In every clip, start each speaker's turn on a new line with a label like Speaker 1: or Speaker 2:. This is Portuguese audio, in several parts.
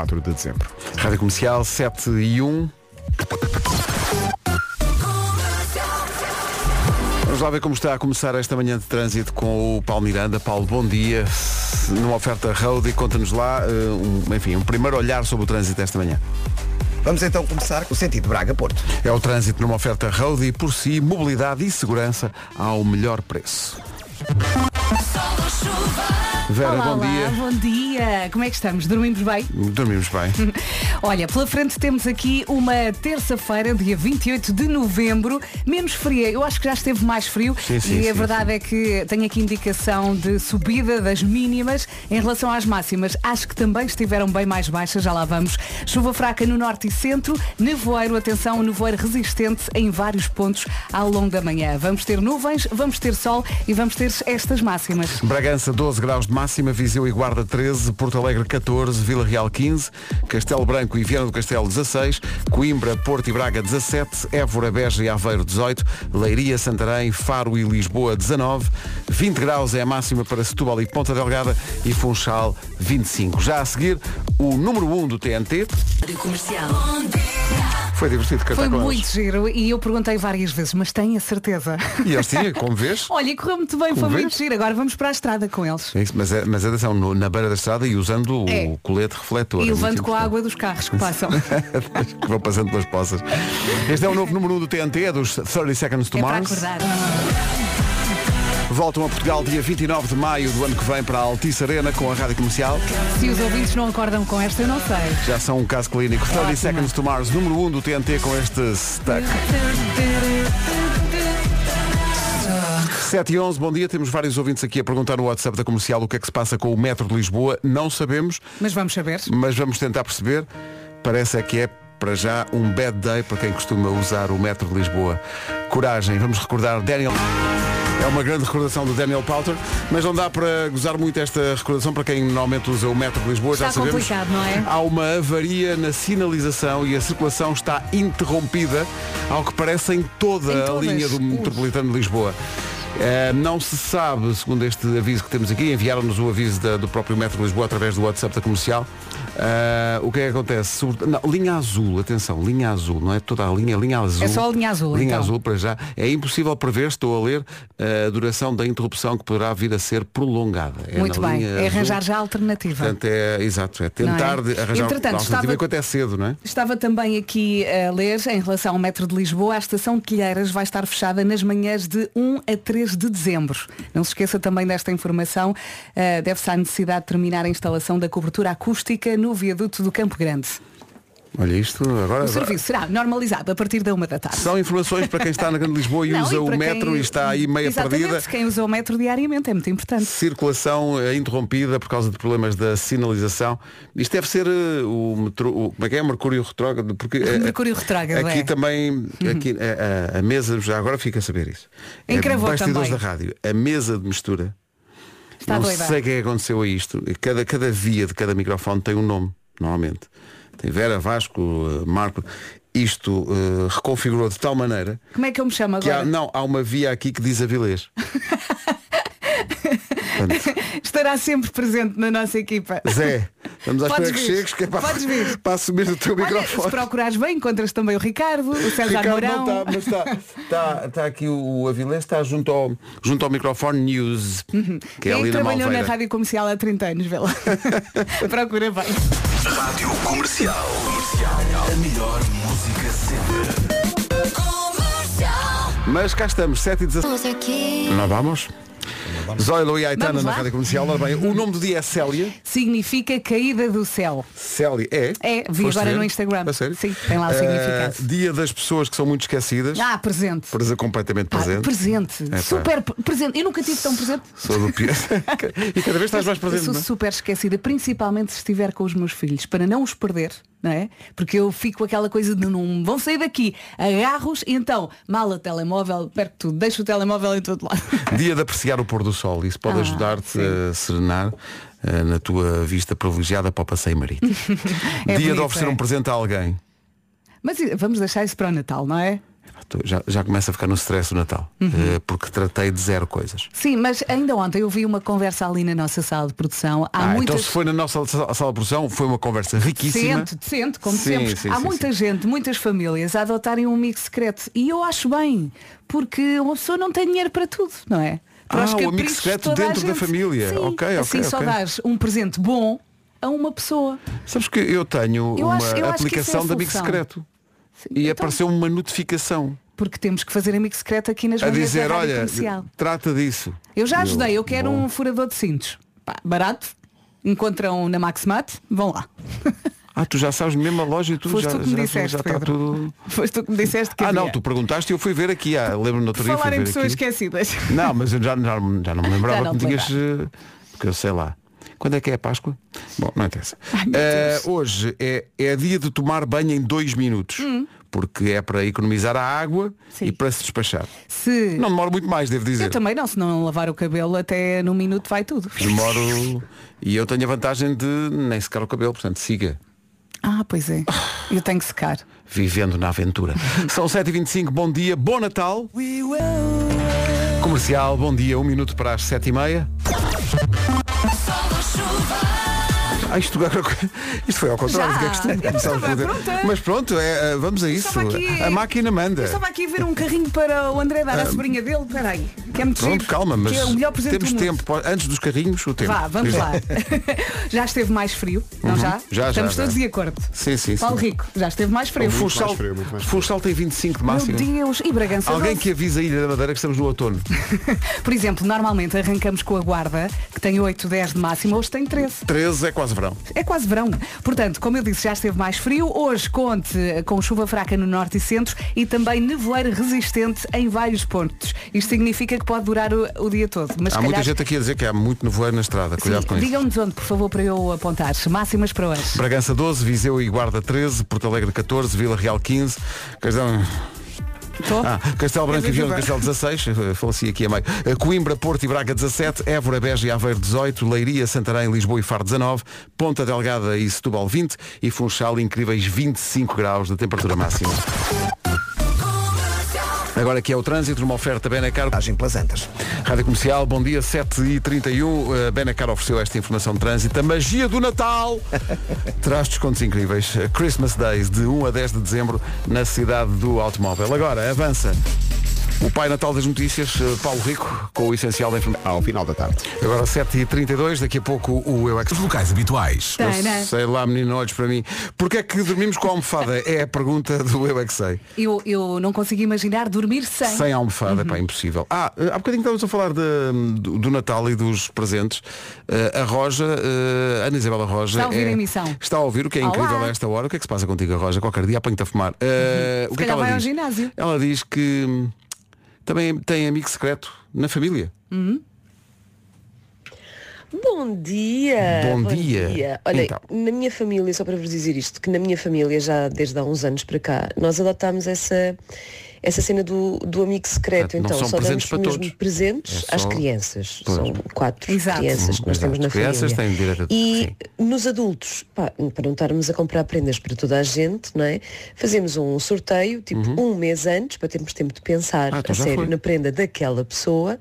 Speaker 1: 4 de dezembro. Rádio Comercial 7 e 1. Vamos lá ver como está a começar esta manhã de trânsito com o Paulo Miranda. Paulo, bom dia. Numa oferta road e conta-nos lá, eh, um- enfim, um primeiro olhar sobre o trânsito esta manhã.
Speaker 2: Vamos então começar com o sentido Braga-Porto.
Speaker 1: É o trânsito numa oferta road e por si, mobilidade e segurança ao melhor preço. Vera,
Speaker 3: Olá,
Speaker 1: bom
Speaker 3: olá,
Speaker 1: dia.
Speaker 3: bom dia. Como é que estamos? Dormimos bem?
Speaker 1: Dormimos bem.
Speaker 3: Olha, pela frente temos aqui uma terça-feira, dia 28 de novembro, menos fria. Eu acho que já esteve mais frio
Speaker 1: Sim, sim,
Speaker 3: e
Speaker 1: sim,
Speaker 3: a verdade é que tenho aqui indicação de subida das mínimas em relação às máximas. Acho que também estiveram bem mais baixas, já lá vamos. Chuva fraca no norte e centro, nevoeiro, atenção, nevoeiro resistente em vários pontos ao longo da manhã. Vamos ter nuvens, vamos ter sol e vamos ter estas máximas.
Speaker 1: Bragança 12 graus de máxima, Viseu e Guarda 13, Porto Alegre 14, Vila Real 15, Castelo Branco e Viana do Castelo 16, Coimbra, Porto e Braga 17, Évora, Beja e Aveiro 18, Leiria, Santarém, Faro e Lisboa 19, 20 graus é a máxima para Setúbal e Ponta Delgada e Funchal 25. Já a seguir, o número 1 do TNT. Foi divertido cantar
Speaker 3: Foi
Speaker 1: com
Speaker 3: muito
Speaker 1: eles.
Speaker 3: giro e eu perguntei várias vezes, mas tenho a certeza.
Speaker 1: E eles tinham, como vês?
Speaker 3: Olha, e correu muito bem, foi
Speaker 1: vês?
Speaker 3: muito giro. Agora vamos para a estrada com eles.
Speaker 1: É isso, mas, é- mas atenção, no- na beira da estrada e usando o
Speaker 3: É.
Speaker 1: colete refletor.
Speaker 3: E
Speaker 1: é muito
Speaker 3: levando com a
Speaker 1: importante.
Speaker 3: água dos carros que passam.
Speaker 1: que vão passando pelas poças. Este é o novo número 1 do TNT, é dos 30 Seconds to
Speaker 3: É para
Speaker 1: Mars.
Speaker 3: acordar.
Speaker 1: Voltam a Portugal dia 29 de maio do ano que vem para a Altice Arena com a Rádio Comercial.
Speaker 3: Se os ouvintes não acordam com esta, eu não sei.
Speaker 1: Já são um caso clínico. 30 Seconds to Mars, número 1 do TNT com este stack.
Speaker 3: Uhum.
Speaker 1: 7 e 11, bom dia. Temos vários ouvintes aqui a perguntar no WhatsApp da Comercial o que é que se passa com o metro de Lisboa. Não sabemos,
Speaker 3: Mas vamos saber.
Speaker 1: mas vamos tentar perceber. Parece é que é para já um bad day para quem costuma usar o metro de Lisboa. Coragem, vamos recordar Daniel. É uma grande recordação do Daniel Powter, mas não dá para gozar muito esta recordação para quem normalmente usa o metro de Lisboa, já
Speaker 3: Está
Speaker 1: sabemos.
Speaker 3: complicado, não é?
Speaker 1: Há uma avaria na sinalização e a circulação está interrompida, ao que parece em toda
Speaker 3: Em
Speaker 1: a
Speaker 3: todas.
Speaker 1: linha do
Speaker 3: Ui.
Speaker 1: metropolitano de Lisboa. Eh, não se sabe, segundo este aviso que temos aqui, enviaram-nos o aviso da- do próprio Metro de Lisboa através do WhatsApp da comercial. Eh, o que é que acontece? Sobre- não, linha azul, atenção, linha azul, não é toda a linha, linha azul.
Speaker 3: É só a linha azul,
Speaker 1: Linha
Speaker 3: então.
Speaker 1: azul para já. É impossível prever, estou a ler, eh, a duração da interrupção que poderá vir a ser prolongada. É
Speaker 3: muito
Speaker 1: na
Speaker 3: bem.
Speaker 1: linha
Speaker 3: É arranjar
Speaker 1: azul.
Speaker 3: já a alternativa.
Speaker 1: Portanto, é, exato, é tentar
Speaker 3: Não é?
Speaker 1: de arranjar
Speaker 3: Entretanto,
Speaker 1: uma
Speaker 3: estava-
Speaker 1: alternativa enquanto é cedo, não é?
Speaker 3: Estava também aqui a ler, em relação ao metro de Lisboa, a estação de Quilheiras vai estar fechada nas manhãs de 1 a 3 de dezembro. Não se esqueça também desta informação. eh, Deve-se à necessidade de terminar a instalação da cobertura acústica no viaduto do Campo Grande.
Speaker 1: Olha isto, agora...
Speaker 3: O serviço será normalizado a partir da 1 da tarde.
Speaker 1: São informações para quem está na Grande Lisboa e
Speaker 3: Não,
Speaker 1: usa o
Speaker 3: para
Speaker 1: metro
Speaker 3: quem-
Speaker 1: e está aí meia
Speaker 3: Exatamente,
Speaker 1: perdida.
Speaker 3: quem usa o metro diariamente é muito importante.
Speaker 1: Circulação eh, interrompida por causa de problemas da sinalização. Isto deve ser eh, o metro, o- como é que é? Mercúrio retrógrado, porque eh,
Speaker 3: Mercúrio retrógrado,
Speaker 1: aqui
Speaker 3: é.
Speaker 1: também aqui eh, a, a mesa já agora fica a saber isso. É
Speaker 3: Encravou
Speaker 1: bastidores
Speaker 3: também.
Speaker 1: da rádio, a mesa de mistura.
Speaker 3: Está
Speaker 1: não
Speaker 3: doida.
Speaker 1: sei o que é que aconteceu a isto. Cada, cada via de cada microfone tem um nome, normalmente. Tem Vera, Vasco, eh, Marco. Isto eh, reconfigurou de tal maneira
Speaker 3: Como é que eu me chamo
Speaker 1: que
Speaker 3: agora?
Speaker 1: há, não, há uma via aqui que diz Avilés. Portanto,
Speaker 3: Estará sempre presente na nossa equipa.
Speaker 1: Zé, estamos à
Speaker 3: Podes
Speaker 1: espera que
Speaker 3: vir.
Speaker 1: chegues, que é para,
Speaker 3: Podes vir.
Speaker 1: para assumir o teu
Speaker 3: Olha, se
Speaker 1: microfone.
Speaker 3: procurares bem, encontras também o Ricardo, o César
Speaker 1: Ricardo,
Speaker 3: Mourão.
Speaker 1: não, tá, mas está tá, tá aqui o, o Avilés, está junto ao, junto ao microfone News, que é
Speaker 3: Quem
Speaker 1: ali na
Speaker 3: Uhum. trabalhou na
Speaker 1: Malveira.
Speaker 3: rádio comercial há 30 anos, vê lá. Procura bem.
Speaker 4: Rádio Comercial. A melhor música sempre.
Speaker 1: Mas cá estamos, 7 e 17.
Speaker 5: Estamos aqui.
Speaker 1: Nós vamos? Zoilo e Aitana
Speaker 3: Vamos
Speaker 1: na
Speaker 3: lá?
Speaker 1: Rádio Comercial. Ora bem, o nome do dia é Célia.
Speaker 3: Significa caída do céu.
Speaker 1: Célia, é?
Speaker 3: É, vi
Speaker 1: Foste
Speaker 3: agora
Speaker 1: ver?
Speaker 3: no Instagram.
Speaker 1: A sério?
Speaker 3: Sim, tem lá o
Speaker 1: Eh,
Speaker 3: significado.
Speaker 1: Dia das pessoas que são muito esquecidas.
Speaker 3: Ah, presente.
Speaker 1: Presa completamente
Speaker 3: Ah,
Speaker 1: presente. É,
Speaker 3: presente.
Speaker 1: pá.
Speaker 3: Super pre- presente. Eu nunca tive tão presente.
Speaker 1: Sou do pior. e cada vez estás mais
Speaker 3: Eu
Speaker 1: presente.
Speaker 3: sou
Speaker 1: não é?
Speaker 3: super esquecida, principalmente se estiver com os meus filhos, para não os perder, não é? Porque eu fico com aquela coisa de não vão sair daqui, agarros, e então, mala telemóvel, perco tudo, deixo o telemóvel em todo lado.
Speaker 1: Dia de apreciar o pôr do sol. Isso pode
Speaker 3: Ah,
Speaker 1: ajudar-te
Speaker 3: sim.
Speaker 1: a serenar eh, na tua vista privilegiada para o passeio marítimo.
Speaker 3: É
Speaker 1: Dia de
Speaker 3: bonito,
Speaker 1: oferecer
Speaker 3: é.
Speaker 1: um presente a alguém.
Speaker 3: eh, Mas e- vamos deixar isso para o Natal, não é?
Speaker 1: Tô- Então, Já, já começo a ficar no stress do Natal.
Speaker 3: Uhum.
Speaker 1: eh, porque tratei de zero coisas.
Speaker 3: Sim, mas ainda ontem eu vi uma conversa ali na nossa sala de produção. Há
Speaker 1: Ah,
Speaker 3: muitas.
Speaker 1: Então se foi na nossa sala sala de produção, foi uma conversa riquíssima.
Speaker 3: Decente, decente, como
Speaker 1: Sim,
Speaker 3: sempre.
Speaker 1: sim,
Speaker 3: Há
Speaker 1: sim,
Speaker 3: muita gente, muitas famílias a adotarem um amigo secreto. E eu acho bem, porque uma pessoa não tem dinheiro para tudo, não é? Para
Speaker 1: Ah,
Speaker 3: os
Speaker 1: o amigo
Speaker 3: caprichos de
Speaker 1: secreto
Speaker 3: toda a
Speaker 1: dentro da
Speaker 3: gente.
Speaker 1: família.
Speaker 3: Sim,
Speaker 1: Ok, ok,
Speaker 3: Assim só
Speaker 1: ok.
Speaker 3: dás um presente bom a uma pessoa.
Speaker 1: Sabes que eu tenho
Speaker 3: Eu
Speaker 1: uma
Speaker 3: acho- eu acho que isso é
Speaker 1: aplicação
Speaker 3: a
Speaker 1: de amigo
Speaker 3: solução.
Speaker 1: secreto.
Speaker 3: Sim,
Speaker 1: E
Speaker 3: então,
Speaker 1: apareceu uma notificação
Speaker 3: Porque temos que fazer amigo secreto aqui nas
Speaker 1: a
Speaker 3: manhãs
Speaker 1: dizer,
Speaker 3: da é Rádio
Speaker 1: olha,
Speaker 3: comercial.
Speaker 1: trata disso.
Speaker 3: Eu já ajudei, eu quero
Speaker 1: bom.
Speaker 3: um furador de cintos. Pá, barato. Encontram na Maxmat, vão lá.
Speaker 1: Ah, tu já sabes mesmo a loja e tudo
Speaker 3: Foste
Speaker 1: já,
Speaker 3: tu que me
Speaker 1: já-
Speaker 3: disseste,
Speaker 1: já está
Speaker 3: Pedro.
Speaker 1: tudo.
Speaker 3: Foste tu que me disseste que
Speaker 1: ah não,
Speaker 3: havia.
Speaker 1: tu perguntaste e eu fui ver aqui. Ah, lembro-me no outro dia.
Speaker 3: Falar
Speaker 1: fui
Speaker 3: em
Speaker 1: ver
Speaker 3: pessoas
Speaker 1: aqui.
Speaker 3: esquecidas.
Speaker 1: Não, mas eu já, já, já não me lembrava
Speaker 3: Já não
Speaker 1: que me
Speaker 3: te
Speaker 1: tinhas. eh, Porque eu sei lá. Quando é que é a Páscoa? Bom, não interessa.
Speaker 3: Ai, meu
Speaker 1: Eh,
Speaker 3: Deus.
Speaker 1: hoje é, é dia de tomar banho em dois minutos. Porque é para economizar a água
Speaker 3: Hum. Sim.
Speaker 1: e para se despachar.
Speaker 3: Se
Speaker 1: Não demora muito mais, devo dizer.
Speaker 3: Eu também não, se não lavar o cabelo até no minuto vai tudo.
Speaker 1: Demoro e eu tenho a vantagem de nem secar o cabelo, portanto siga
Speaker 3: Ah, pois é. Eu tenho que secar.
Speaker 1: vivendo na aventura. São 7h25, bom dia, bom Natal. Comercial, bom dia, um minuto para as 7h30. Ah, isto, agora- isto foi ao contrário do que é costume.
Speaker 3: Já, eu
Speaker 1: Começámos
Speaker 3: estava
Speaker 1: por dentro.
Speaker 3: pronta.
Speaker 1: Mas pronto, é, é, vamos a isso.
Speaker 3: estava aqui-
Speaker 1: A máquina manda.
Speaker 3: Eu estava aqui a ver um carrinho para o André dar à sobrinha dele. Peraí, que é muito
Speaker 1: Ah. Pronto,
Speaker 3: giro,
Speaker 1: calma,
Speaker 3: que
Speaker 1: mas
Speaker 3: é o melhor presente
Speaker 1: temos
Speaker 3: do mundo.
Speaker 1: tempo. po- Antes dos carrinhos, o tempo. é.
Speaker 3: Vá, vamos
Speaker 1: Diz
Speaker 3: lá. já esteve mais frio, não já?
Speaker 1: Já, já,
Speaker 3: Estamos
Speaker 1: já.
Speaker 3: todos de acordo.
Speaker 1: Sim, sim, sim.
Speaker 3: Paulo Rico, já esteve mais frio.
Speaker 1: O Funchal,
Speaker 5: mais frio, muito mais frio.
Speaker 1: Funchal tem 25 de
Speaker 3: Meu
Speaker 1: máximo.
Speaker 3: Deus, e Bragança
Speaker 1: Alguém
Speaker 3: 12?
Speaker 1: que avisa a Ilha da Madeira que estamos no outono.
Speaker 3: Por exemplo, normalmente arrancamos com a guarda, que tem 8, 10 de máximo, hoje tem 13.
Speaker 1: 13 é quase verão.
Speaker 3: É quase verão. Portanto, como eu disse, já esteve mais frio. Hoje conte eh, com chuva fraca no norte e centro e também nevoeiro resistente em vários pontos. Isto significa que pode durar o, o dia todo. Mas
Speaker 1: Há
Speaker 3: se
Speaker 1: muita
Speaker 3: calhar-
Speaker 1: gente aqui a dizer que há muito nevoeiro na estrada. Cuidado com
Speaker 3: Sim,
Speaker 1: isso.
Speaker 3: Digam-nos onde, por favor, para eu apontar. Máximas para hoje.
Speaker 1: Bragança 12, Viseu e Guarda 13, Porto Alegre 14, Vila Real 15, Castelo,
Speaker 3: Tô?
Speaker 1: ah, Castelo Branco e Viana do Castelo 16, eh, faleci aqui a meio, Eh, Coimbra, Porto e Braga 17, Évora, Beja e Aveiro 18, Leiria, Santarém, Lisboa e Faro 19, Ponta Delgada e Setúbal 20 e Funchal incríveis 25 graus de temperatura máxima. Agora aqui é o trânsito, numa oferta bem na cara.
Speaker 2: Agem pelas antas.
Speaker 1: Rádio Comercial, bom dia, 7h31. A um. Eh, Benacar ofereceu esta informação de trânsito. A magia do Natal traz descontos incríveis. A Christmas Days, de 1 a 10 de dezembro, na cidade do automóvel. Agora, avança. O Pai Natal das Notícias, eh, Paulo Rico, com o essencial da informação.
Speaker 5: Ao final da tarde.
Speaker 1: Agora, 7h32, daqui a pouco o Eu é que
Speaker 4: Os locais habituais.
Speaker 1: Eu
Speaker 3: Tem, né?
Speaker 1: Sei lá, menino, olhos para mim. Porquê é que dormimos com a almofada? É a pergunta do Eu é que sei.
Speaker 3: Eu, eu não consigo imaginar dormir sem.
Speaker 1: Sem almofada,
Speaker 3: Uhum.
Speaker 1: pá, impossível. Ah, eh, há bocadinho estávamos a falar de- do, do Natal e dos presentes. Eh, a Roja, eh, Ana Isabela Roja.
Speaker 3: Está a ouvir
Speaker 1: é-
Speaker 3: a emissão.
Speaker 1: Está a ouvir, o que é
Speaker 3: Olá. Uhum.
Speaker 1: incrível a esta hora. O que é que se passa contigo, Roja? Qualquer dia apanho-te a fumar. Eh, o que é que
Speaker 3: calhar
Speaker 1: ela
Speaker 3: vai
Speaker 1: diz?
Speaker 3: ao ginásio.
Speaker 1: Ela diz que hum, também tem amigo secreto na família.
Speaker 6: Bom dia!
Speaker 1: Bom dia.
Speaker 6: Olha,
Speaker 1: Então.
Speaker 6: na minha família, só para vos dizer isto, que na minha família já desde há uns anos para cá, nós adotámos essa, essa cena do, do amigo secreto.
Speaker 1: Portanto, não
Speaker 6: então,
Speaker 1: são
Speaker 6: só
Speaker 1: presentes
Speaker 6: damos
Speaker 1: para
Speaker 6: mesmo
Speaker 1: todos.
Speaker 6: presentes
Speaker 1: É
Speaker 6: às
Speaker 1: só-
Speaker 6: crianças.
Speaker 1: Pois.
Speaker 6: São quatro
Speaker 3: Exato.
Speaker 6: crianças que nós
Speaker 1: Exato.
Speaker 6: temos na
Speaker 1: Crianças
Speaker 6: família.
Speaker 1: têm direito a-
Speaker 6: E nos adultos, pá, para não estarmos a comprar prendas para toda a gente, não é? Fazemos um sorteio, tipo um mês antes, para termos tempo de pensar
Speaker 1: Uhum. Ah, então
Speaker 6: a
Speaker 1: já
Speaker 6: sério
Speaker 1: foi.
Speaker 6: na prenda daquela pessoa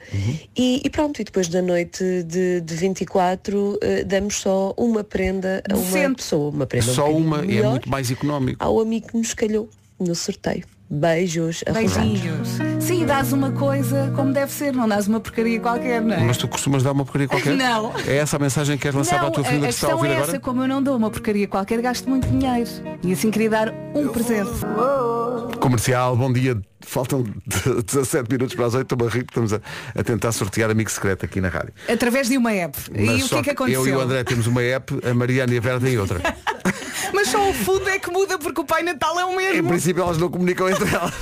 Speaker 6: e, e pronto, e depois da noite de, de 24 eh, damos só uma prenda a uma
Speaker 3: Decente.
Speaker 6: pessoa, uma prenda um
Speaker 1: Só
Speaker 6: bocadinho
Speaker 1: uma e é
Speaker 6: melhor
Speaker 1: muito mais económico.
Speaker 6: ao amigo que nos calhou no sorteio. Beijos, arrojados.
Speaker 3: Beijinhos. Sim, dás uma coisa como deve ser, não dás uma porcaria qualquer, não é?
Speaker 1: Mas tu costumas dar uma porcaria qualquer?
Speaker 3: Não.
Speaker 1: É essa a mensagem que queres lançar
Speaker 3: não,
Speaker 1: para a tua
Speaker 3: a, a
Speaker 1: família que está a
Speaker 3: questão
Speaker 1: ouvir
Speaker 3: é essa,
Speaker 1: agora?
Speaker 3: como eu não dou uma porcaria qualquer, gasto muito dinheiro. E assim queria dar um presente.
Speaker 1: Comercial, bom dia. Faltam 17 minutos para as 8. Estou-me a rir, porque estamos a, a tentar sortear amigo secreto aqui na rádio.
Speaker 3: Através de uma app.
Speaker 1: Mas
Speaker 3: e o que
Speaker 1: só
Speaker 3: é que aconteceu?
Speaker 1: Eu e o André temos uma app, a Mariana e a Vera têm outra.
Speaker 3: Mas só o fundo é que muda porque o Pai Natal é o
Speaker 1: Em
Speaker 3: mesmo.
Speaker 1: princípio elas não comunicam entre elas.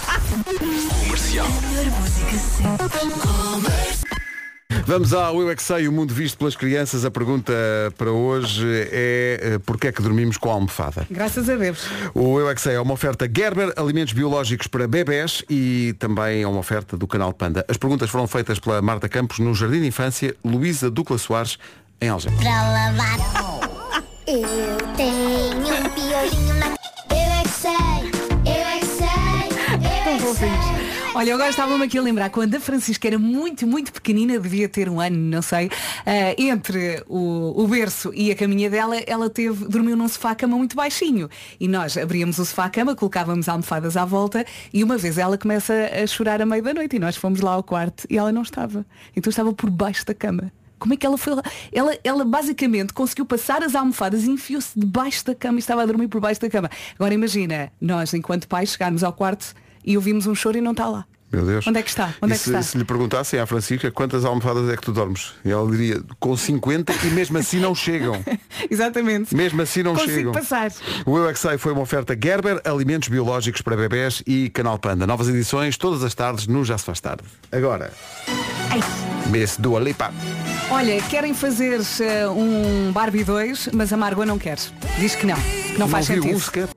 Speaker 1: Vamos ao Eu é que Sei, o mundo visto pelas crianças. A pergunta para hoje é eh, porquê é que dormimos com a almofada?
Speaker 3: Graças a Deus.
Speaker 1: O Eu é que Sei é uma oferta Gerber, alimentos biológicos para bebés e também é uma oferta do canal Panda. As perguntas foram feitas pela Marta Campos no Jardim de Infância, Luísa Ducla Soares, em Algem.
Speaker 7: Pra lavar. Eu tenho um piolinho na. Eu é que sei, eu é que sei, eu é que sei.
Speaker 3: Olha, eu agora estava-me aqui a lembrar quando a Francisca era muito, muito pequenina, devia ter um ano, não sei, ah, entre o, o berço e a caminha dela, ela teve, dormiu num sofá-cama muito baixinho. E nós abríamos o sofá-cama, colocávamos almofadas à volta e uma vez ela começa a chorar à meia da noite e nós fomos lá ao quarto e ela não estava. Então estava por baixo da cama. Como é que ela foi lá? Ela, ela basicamente conseguiu passar as almofadas e enfiou-se debaixo da cama e estava a dormir por baixo da cama. Agora imagina, nós enquanto pais chegarmos ao quarto e ouvimos um choro e não está lá.
Speaker 1: Meu Deus.
Speaker 3: Onde é que está? Onde
Speaker 1: e
Speaker 3: é que
Speaker 1: se,
Speaker 3: está?
Speaker 1: se lhe perguntassem à Francisca quantas almofadas é que tu dormes? E ela diria, com 50 e mesmo assim não chegam.
Speaker 3: Exatamente.
Speaker 1: Mesmo assim não
Speaker 3: Consigo
Speaker 1: chegam.
Speaker 3: passar.
Speaker 1: O Eu é Que Sei foi uma oferta Gerber, alimentos biológicos para bebés e Canal Panda. Novas edições todas as tardes no Já Se Faz Tarde. Agora, esse Dua Lipa.
Speaker 3: Olha, querem fazer eh, um Barbie 2, mas a Margot não quer. Diz que não. Que não faz
Speaker 1: ouvi
Speaker 3: sentido.
Speaker 1: um sequer.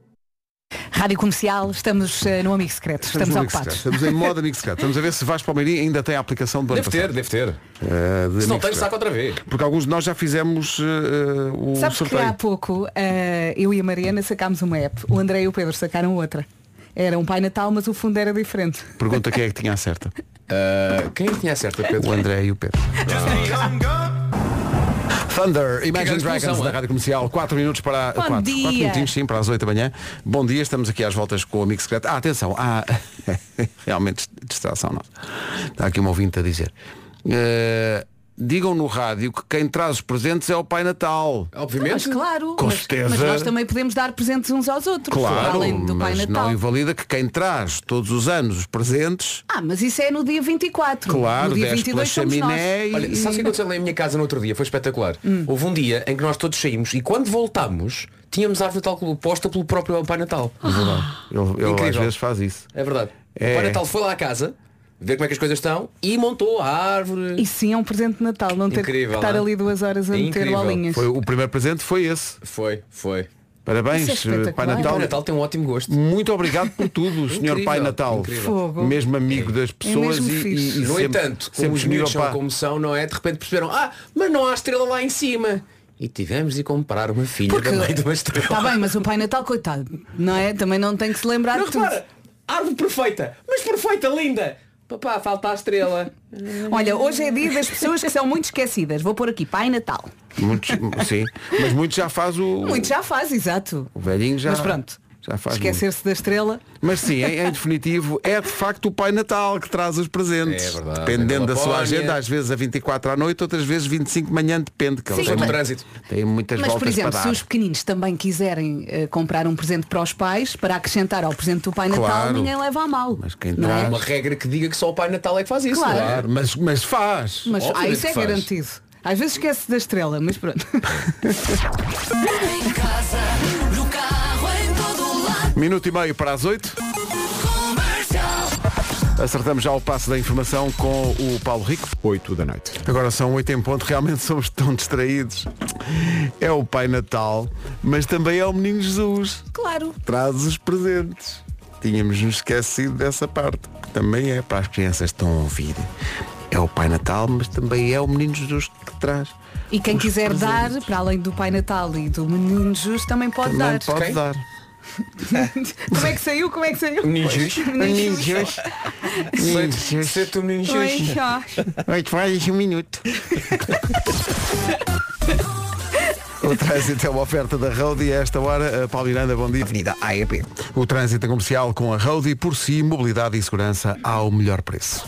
Speaker 3: Rádio Comercial, estamos eh, no Amigo Secreto. Estamos,
Speaker 1: no Mix
Speaker 3: ocupados.
Speaker 1: Secret. Estamos em moda Mix Secret. Estamos a ver se Vasco Palmeirinho ainda tem a aplicação do ano
Speaker 5: Deve ter,
Speaker 1: passado.
Speaker 5: deve ter.
Speaker 1: Eh, de
Speaker 5: Se não
Speaker 1: Mix
Speaker 5: tem,
Speaker 1: Secret.
Speaker 5: saca outra vez.
Speaker 1: Porque alguns de nós já fizemos eh, eh, o
Speaker 3: Sabes que há
Speaker 1: sorteio.
Speaker 3: pouco eh, eu e a Mariana sacámos uma app. O André e o Pedro sacaram outra. Era um Pai Natal, mas o fundo era diferente.
Speaker 1: Pergunta quem é que tinha a certa. Uh,
Speaker 5: Ah, quem é que tinha a certa, Pedro?
Speaker 1: O André e o Pedro. Thunder, Imagine
Speaker 5: grande
Speaker 1: Dragons
Speaker 5: explosão,
Speaker 1: da
Speaker 5: é?
Speaker 1: Rádio Comercial, 4 minutos para
Speaker 3: Bom
Speaker 1: 4.
Speaker 3: dia.
Speaker 1: minutinhos, sim, para as 8 da manhã. Bom dia, estamos aqui às voltas com o amigo secreto. Ah, atenção, há realmente distração não. Está aqui uma ouvinte a dizer. "Eh, digam no rádio que quem traz os presentes é o Pai Natal.
Speaker 3: Mas
Speaker 5: Obviamente.
Speaker 3: claro,
Speaker 1: Com
Speaker 3: mas,
Speaker 1: certeza.
Speaker 3: mas nós também podemos dar presentes uns aos outros, além do Pai
Speaker 1: mas não
Speaker 3: Natal.
Speaker 1: invalida que quem traz todos os anos os presentes,
Speaker 3: Ah, mas isso é no dia 24.
Speaker 1: claro,
Speaker 3: no dia
Speaker 1: desce pela
Speaker 3: 22 somos nós.
Speaker 1: chaminé e...
Speaker 5: Olha, sabes o que aconteceu lá em minha casa no outro dia? Foi espetacular.
Speaker 3: Hum.
Speaker 5: Houve um dia em que nós todos saímos e quando voltámos, tínhamos a árvore de Natal posta pelo próprio Pai Natal.
Speaker 3: Ah.
Speaker 1: Ele, ele às
Speaker 5: Incrível.
Speaker 1: vezes faz isso.
Speaker 5: É verdade.
Speaker 1: É.
Speaker 5: O Pai Natal foi lá à casa, ver como é que as coisas estão e montou a árvore.
Speaker 3: E sim, é um presente de Natal, não ter
Speaker 5: Incrível,
Speaker 3: que estar
Speaker 5: não é?
Speaker 3: ali duas horas a meter
Speaker 5: Incrível.
Speaker 3: bolinhas.
Speaker 1: Foi, o primeiro presente foi esse.
Speaker 5: Foi, foi.
Speaker 1: Parabéns, eh,
Speaker 3: Isso é espetacular.
Speaker 1: Pai
Speaker 5: O
Speaker 1: Natal.
Speaker 5: Pai Natal tem um ótimo gosto.
Speaker 1: Muito obrigado por tudo, Senhor
Speaker 5: Incrível,
Speaker 1: Pai Natal.
Speaker 5: incrível. É.
Speaker 3: Fogo. É
Speaker 1: Mesmo amigo das pessoas
Speaker 3: mesmo
Speaker 1: e, e,
Speaker 3: fixe.
Speaker 1: e
Speaker 5: No
Speaker 1: sempre,
Speaker 5: entanto, como
Speaker 1: sempre
Speaker 5: os miúdos
Speaker 1: disponível
Speaker 5: são
Speaker 1: para-
Speaker 5: como são, não é? De repente perceberam, ah, mas não há estrela lá em cima. E tivemos de comprar uma filha
Speaker 3: Porque-
Speaker 5: da mãe de uma estrela.
Speaker 3: Está bem, mas um Pai Natal, coitado, não é? Também não tem que se lembrar
Speaker 5: Não,
Speaker 3: de tudo.
Speaker 5: repara, árvore perfeita, mas perfeita, linda. Papá, falta a estrela.
Speaker 3: Olha, hoje é dia das pessoas que são muito esquecidas. Vou pôr aqui, Pai Natal.
Speaker 1: Muitos, sim, mas muitos já faz o,
Speaker 3: Muito já faz, exato.
Speaker 1: o velhinho já.
Speaker 3: Mas pronto.
Speaker 1: Já faz muito.
Speaker 3: Esquecer-se da estrela.
Speaker 1: Mas sim, em, em definitivo, é de facto o Pai Natal que traz os presentes.
Speaker 5: É verdade,
Speaker 1: Dependendo
Speaker 5: é
Speaker 1: da sua
Speaker 5: Lapónia.
Speaker 1: agenda, às vezes a 24 à noite, outras vezes 25 de manhã, depende. Que ele
Speaker 3: Sim,
Speaker 1: tem,
Speaker 3: mas-
Speaker 1: muito-
Speaker 5: um Trânsito.
Speaker 1: tem muitas
Speaker 3: Mas,
Speaker 1: voltas
Speaker 3: por exemplo,
Speaker 1: para
Speaker 3: se
Speaker 1: dar.
Speaker 3: os pequeninos também quiserem eh, comprar um presente para os pais, para acrescentar ao presente do Pai Natal,
Speaker 1: Claro.
Speaker 3: ninguém leva a mal.
Speaker 1: Mas quem
Speaker 3: não
Speaker 5: Há
Speaker 1: traz-
Speaker 3: é?
Speaker 5: uma regra que diga que só o Pai Natal é que faz isso.
Speaker 3: Claro.
Speaker 5: não é?
Speaker 1: Claro, mas, mas faz.
Speaker 3: Mas ah,
Speaker 5: Obviamente
Speaker 3: isso é
Speaker 5: que faz.
Speaker 3: garantido. Às vezes esquece da estrela, mas pronto.
Speaker 1: Minuto e meio para as oito. Acertamos já o passo da informação com o Paulo Rico.
Speaker 8: 8 da noite.
Speaker 1: Agora são oito em ponto, realmente somos tão distraídos. É o Pai Natal, mas também é o Menino Jesus.
Speaker 3: claro.
Speaker 1: Traz os presentes. Tínhamos nos esquecido dessa parte. que Também é para as crianças que estão a ouvir. É o Pai Natal, mas também é o Menino Jesus que traz.
Speaker 3: E quem
Speaker 1: os
Speaker 3: quiser
Speaker 1: presentes.
Speaker 3: dar, para além do Pai Natal e do Menino Jesus, também pode
Speaker 1: Também
Speaker 3: dar.
Speaker 1: pode
Speaker 5: ok?
Speaker 1: dar.
Speaker 3: Como é que saiu? Como é que saiu?
Speaker 5: Menino Jesus.
Speaker 1: Menino Jesus. Menino Jesus.
Speaker 5: Sete menino
Speaker 3: Oi,
Speaker 5: Jesus.
Speaker 3: já.
Speaker 1: Oito horas e um minuto. O trânsito é uma oferta da Road e a esta hora, a Paulo Miranda, bom dia.
Speaker 2: Avenida AEP.
Speaker 1: O trânsito é comercial com a Road e por si, mobilidade e segurança ao melhor preço.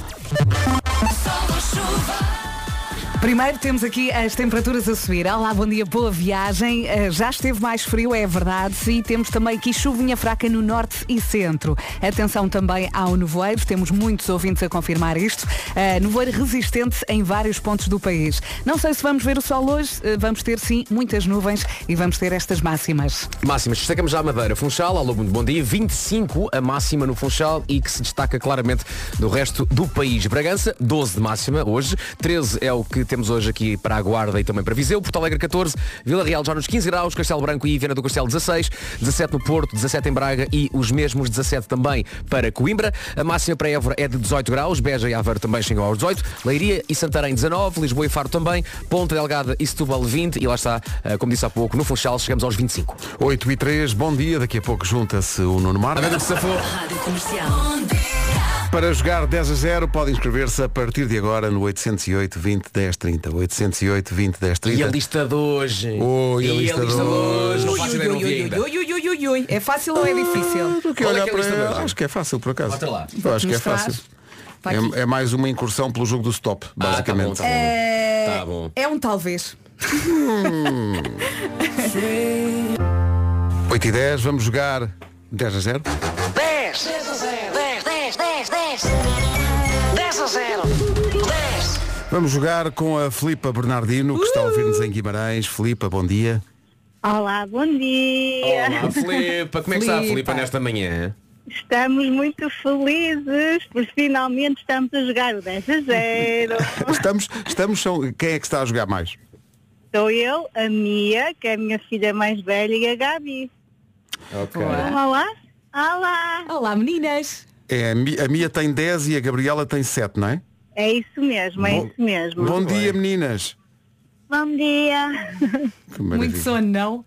Speaker 3: Primeiro temos aqui as temperaturas a subir. Olá, bom dia, boa viagem. Eh, Já esteve mais frio, é verdade. E temos também aqui chuvinha fraca no norte e centro. Atenção também ao nevoeiro. Temos muitos ouvintes a confirmar isto. Eh, Nevoeiro resistente em vários pontos do país. Não sei se vamos ver o sol hoje. eh, Vamos ter, sim, muitas nuvens e vamos ter estas máximas.
Speaker 5: Máximas, destacamos já a Madeira. Funchal, alô, muito bom dia. 25 a máxima no Funchal e que se destaca claramente do resto do país. Bragança, 12 de máxima hoje. 13 é o que temos hoje aqui para a Guarda e também para Viseu. Porto Alegre, 14. Vila Real já nos 15 graus. Castelo Branco e Viana do Castelo, 16. 17 no Porto, 17 em Braga e os mesmos 17 também para Coimbra. A máxima para Évora é de 18 graus. Beja e Aveiro também chegam aos 18. Leiria e Santarém, 19. Lisboa e Faro também. Ponta Delgada e Setúbal, 20. E lá está, eh, como disse há pouco, no Funchal chegamos aos 25.
Speaker 1: 8 e 3, bom dia. Daqui a pouco junta-se o Nuno Marco.
Speaker 5: Nada que safou.
Speaker 1: Para jogar 10 a 0, pode inscrever-se a partir de agora no 808 20 10 30. 808 20 10 30.
Speaker 5: E a lista de hoje.
Speaker 1: Ui, a
Speaker 5: e
Speaker 1: lista de hoje.
Speaker 5: Não
Speaker 3: Ui,
Speaker 5: faço
Speaker 3: ui,
Speaker 5: ideia, não
Speaker 3: ui,
Speaker 5: vi ainda.
Speaker 3: ui, ui, ui, ui, ui, ui. É fácil ou é difícil?
Speaker 1: Do que
Speaker 5: Qual é
Speaker 1: olhar
Speaker 5: que é a
Speaker 1: para
Speaker 5: lista de
Speaker 1: ela,
Speaker 5: hoje?
Speaker 1: acho que é fácil por acaso.
Speaker 5: Bota lá.
Speaker 1: Eu acho que é
Speaker 3: Mostrar.
Speaker 1: fácil.
Speaker 3: Está aqui.
Speaker 1: É, é mais uma incursão pelo jogo do stop,
Speaker 5: Ah, tá bom,
Speaker 1: basicamente.
Speaker 5: tá bom.
Speaker 3: É,
Speaker 5: Tá bom.
Speaker 3: é um talvez.
Speaker 1: 8 e 10, vamos jogar 10 a 0.
Speaker 8: 10 10 10 10 10 10 a 0 10
Speaker 1: Vamos jogar com a Filipa Bernardino, que está a ouvir-nos em Guimarães. Filipa, bom dia.
Speaker 9: Olá, bom dia!
Speaker 5: Olá, Filipa, como é que está a Filipa
Speaker 3: Filipa.
Speaker 5: nesta manhã?
Speaker 9: Estamos muito felizes porque finalmente estamos a jogar o 10 a 0.
Speaker 1: Estamos, estamos são, quem é que está a jogar mais?
Speaker 9: Sou eu, a Mia, que é a minha filha mais velha, e a Gabi.
Speaker 5: Ok.
Speaker 9: Olá! Olá!
Speaker 3: Olá meninas.
Speaker 1: É, a Mi- a Mia tem 10 e a Gabriela tem 7, não é?
Speaker 9: É isso mesmo, é
Speaker 1: Bom-
Speaker 9: isso mesmo.
Speaker 1: Bom dia, meninas.
Speaker 9: Bom dia!
Speaker 1: Que maravilha.
Speaker 3: Muito sono, não?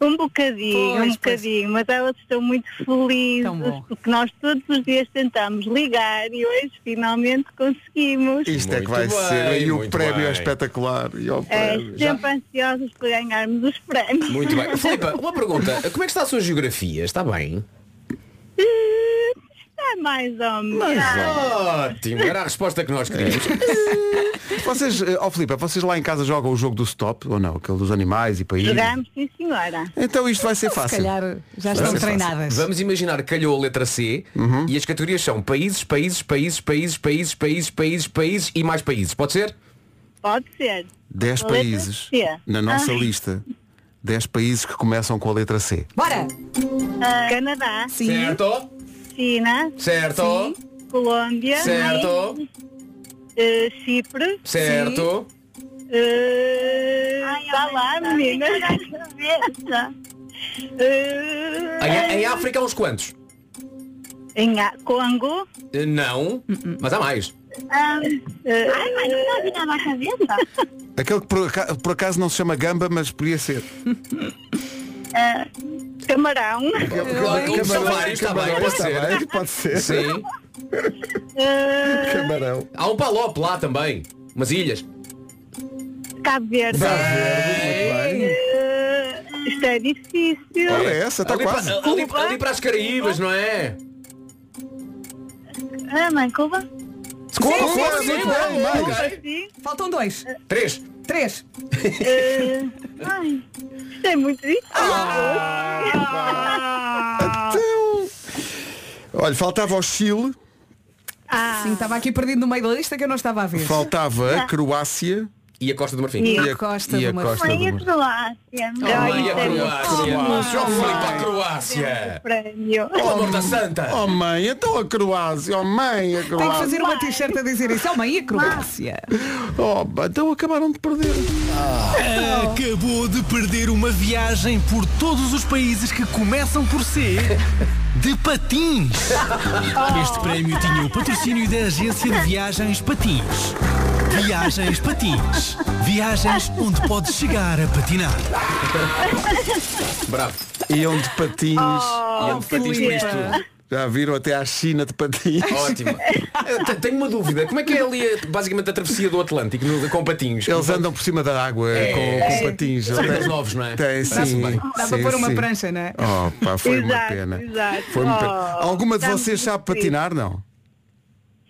Speaker 9: Um bocadinho,
Speaker 3: Pois,
Speaker 9: um bocadinho, mas elas estão muito
Speaker 3: Tão bom.
Speaker 9: felizes porque nós todos os dias tentamos ligar e hoje finalmente conseguimos.
Speaker 1: Isto é que
Speaker 5: Muito
Speaker 1: vai
Speaker 5: bem,
Speaker 1: ser. E o
Speaker 5: muito
Speaker 1: prémio é
Speaker 5: bem.
Speaker 1: espetacular. E o
Speaker 9: É,
Speaker 1: prémio.
Speaker 9: sempre ansiosos por ganharmos os prémios.
Speaker 5: Muito bem. Filipa, uma pergunta. Como é que está a sua geografia? Está bem?
Speaker 9: Está É mais ou menos.
Speaker 5: Ótimo. Era a resposta que nós queríamos.
Speaker 1: Vocês, eh, ó Filipe, vocês lá em casa jogam o jogo do stop ou não? Aquele dos animais e países?
Speaker 9: Jogamos, sim senhora.
Speaker 1: Então isto vai ser
Speaker 3: Se
Speaker 1: fácil.
Speaker 3: calhar já
Speaker 1: ser
Speaker 3: estão
Speaker 1: fácil.
Speaker 3: treinadas.
Speaker 5: Vamos imaginar que calhou a letra C
Speaker 1: Uhum.
Speaker 5: e as categorias são países, países, países, países, países, países, países, países e mais países. Pode ser?
Speaker 9: Pode ser.
Speaker 1: 10
Speaker 9: Letra
Speaker 1: países
Speaker 9: C.
Speaker 1: na nossa
Speaker 9: Ah.
Speaker 1: lista. 10 países que começam com a letra C.
Speaker 3: Bora!
Speaker 9: Ah, Canadá,
Speaker 3: Sim.
Speaker 5: Certo?
Speaker 9: China,
Speaker 5: Certo?
Speaker 9: Colômbia,
Speaker 5: Certo?
Speaker 9: eh, Chipre,
Speaker 5: Certo?
Speaker 9: uh, está lá, menina. Eh,
Speaker 5: Em, em África há uns quantos?
Speaker 9: em A- Congo.
Speaker 5: Eh, Não, mas há mais.
Speaker 9: eh,
Speaker 1: Aquele que por aca- por acaso, não se chama gamba, mas podia ser.
Speaker 9: Camarão.
Speaker 5: Claro, são vários, está bem, pode
Speaker 1: Está
Speaker 5: ser.
Speaker 1: bem, pode ser.
Speaker 5: Sim.
Speaker 9: eh,
Speaker 1: Camarão.
Speaker 5: Há um palop lá também. Umas ilhas.
Speaker 9: Cabo Verde. Eh, isto é difícil.
Speaker 1: Olha É
Speaker 5: é?
Speaker 1: essa, está
Speaker 5: ali,
Speaker 1: quase.
Speaker 5: Para, ali, ali para as Caraíbas, não é?
Speaker 9: Ah, mãe, Cuba?
Speaker 5: Cuba,
Speaker 3: sim,
Speaker 5: Cuba,
Speaker 3: sim,
Speaker 5: sim,
Speaker 3: muito
Speaker 5: Cuba.
Speaker 1: bem,
Speaker 5: Ok.
Speaker 9: Sim.
Speaker 3: Faltam dois.
Speaker 5: Três.
Speaker 3: Três.
Speaker 9: Eh, ai, isto é muito difícil.
Speaker 5: Ah.
Speaker 1: Então, Olha, faltava o Chile,
Speaker 9: Ah,
Speaker 3: Sim, estava aqui perdido no meio da lista que eu não estava a ver.
Speaker 1: faltava a Croácia
Speaker 5: E a Costa do Marfim.
Speaker 1: e
Speaker 9: E
Speaker 1: a
Speaker 3: Costa
Speaker 1: e a
Speaker 3: do Marfim.
Speaker 1: Costa do
Speaker 9: Mãe, a
Speaker 1: Marfim.
Speaker 9: Croácia.
Speaker 5: Ah,
Speaker 9: Melhor é
Speaker 5: e a Croácia. Só fui para a Croácia.
Speaker 9: prémio.
Speaker 5: Pelo amor da santa.
Speaker 1: Oh mãe, então a Croácia, oh mãe, a
Speaker 3: Tem que
Speaker 1: Croácia.
Speaker 3: fazer uma t-shirt a dizer isso. É uma e a Croácia.
Speaker 1: Oh, então acabaram de perder.
Speaker 4: Acabou de perder uma viagem por todos os países que começam por C de patins. Este prémio tinha o patrocínio da agência de viagens Patins. Viagens Patins. Viagens onde podes chegar a patinar.
Speaker 1: Oh,
Speaker 5: Bravo.
Speaker 1: Iam de patins.
Speaker 3: Oh.
Speaker 5: E onde partiste por isto tudo?
Speaker 1: Já viram até à China de patins.
Speaker 5: Ótimo. Eu te- Tenho uma dúvida. Como é que é ali eh, basicamente a travessia do Atlântico no, com patins?
Speaker 1: Eles andam por cima da água
Speaker 5: É,
Speaker 1: com, com patins.
Speaker 5: São aqueles novos, não é?
Speaker 1: Tem,
Speaker 5: Parece
Speaker 1: sim.
Speaker 5: bem.
Speaker 3: Dá
Speaker 1: sim,
Speaker 3: para pôr uma
Speaker 1: sim.
Speaker 3: prancha, não é?
Speaker 1: Oh, pá, foi uma
Speaker 9: Exato,
Speaker 1: pena.
Speaker 9: exato.
Speaker 1: Foi uma
Speaker 9: Oh,
Speaker 1: pena. Alguma de
Speaker 9: estamos
Speaker 1: vocês sabe
Speaker 9: felizes.
Speaker 1: patinar, não?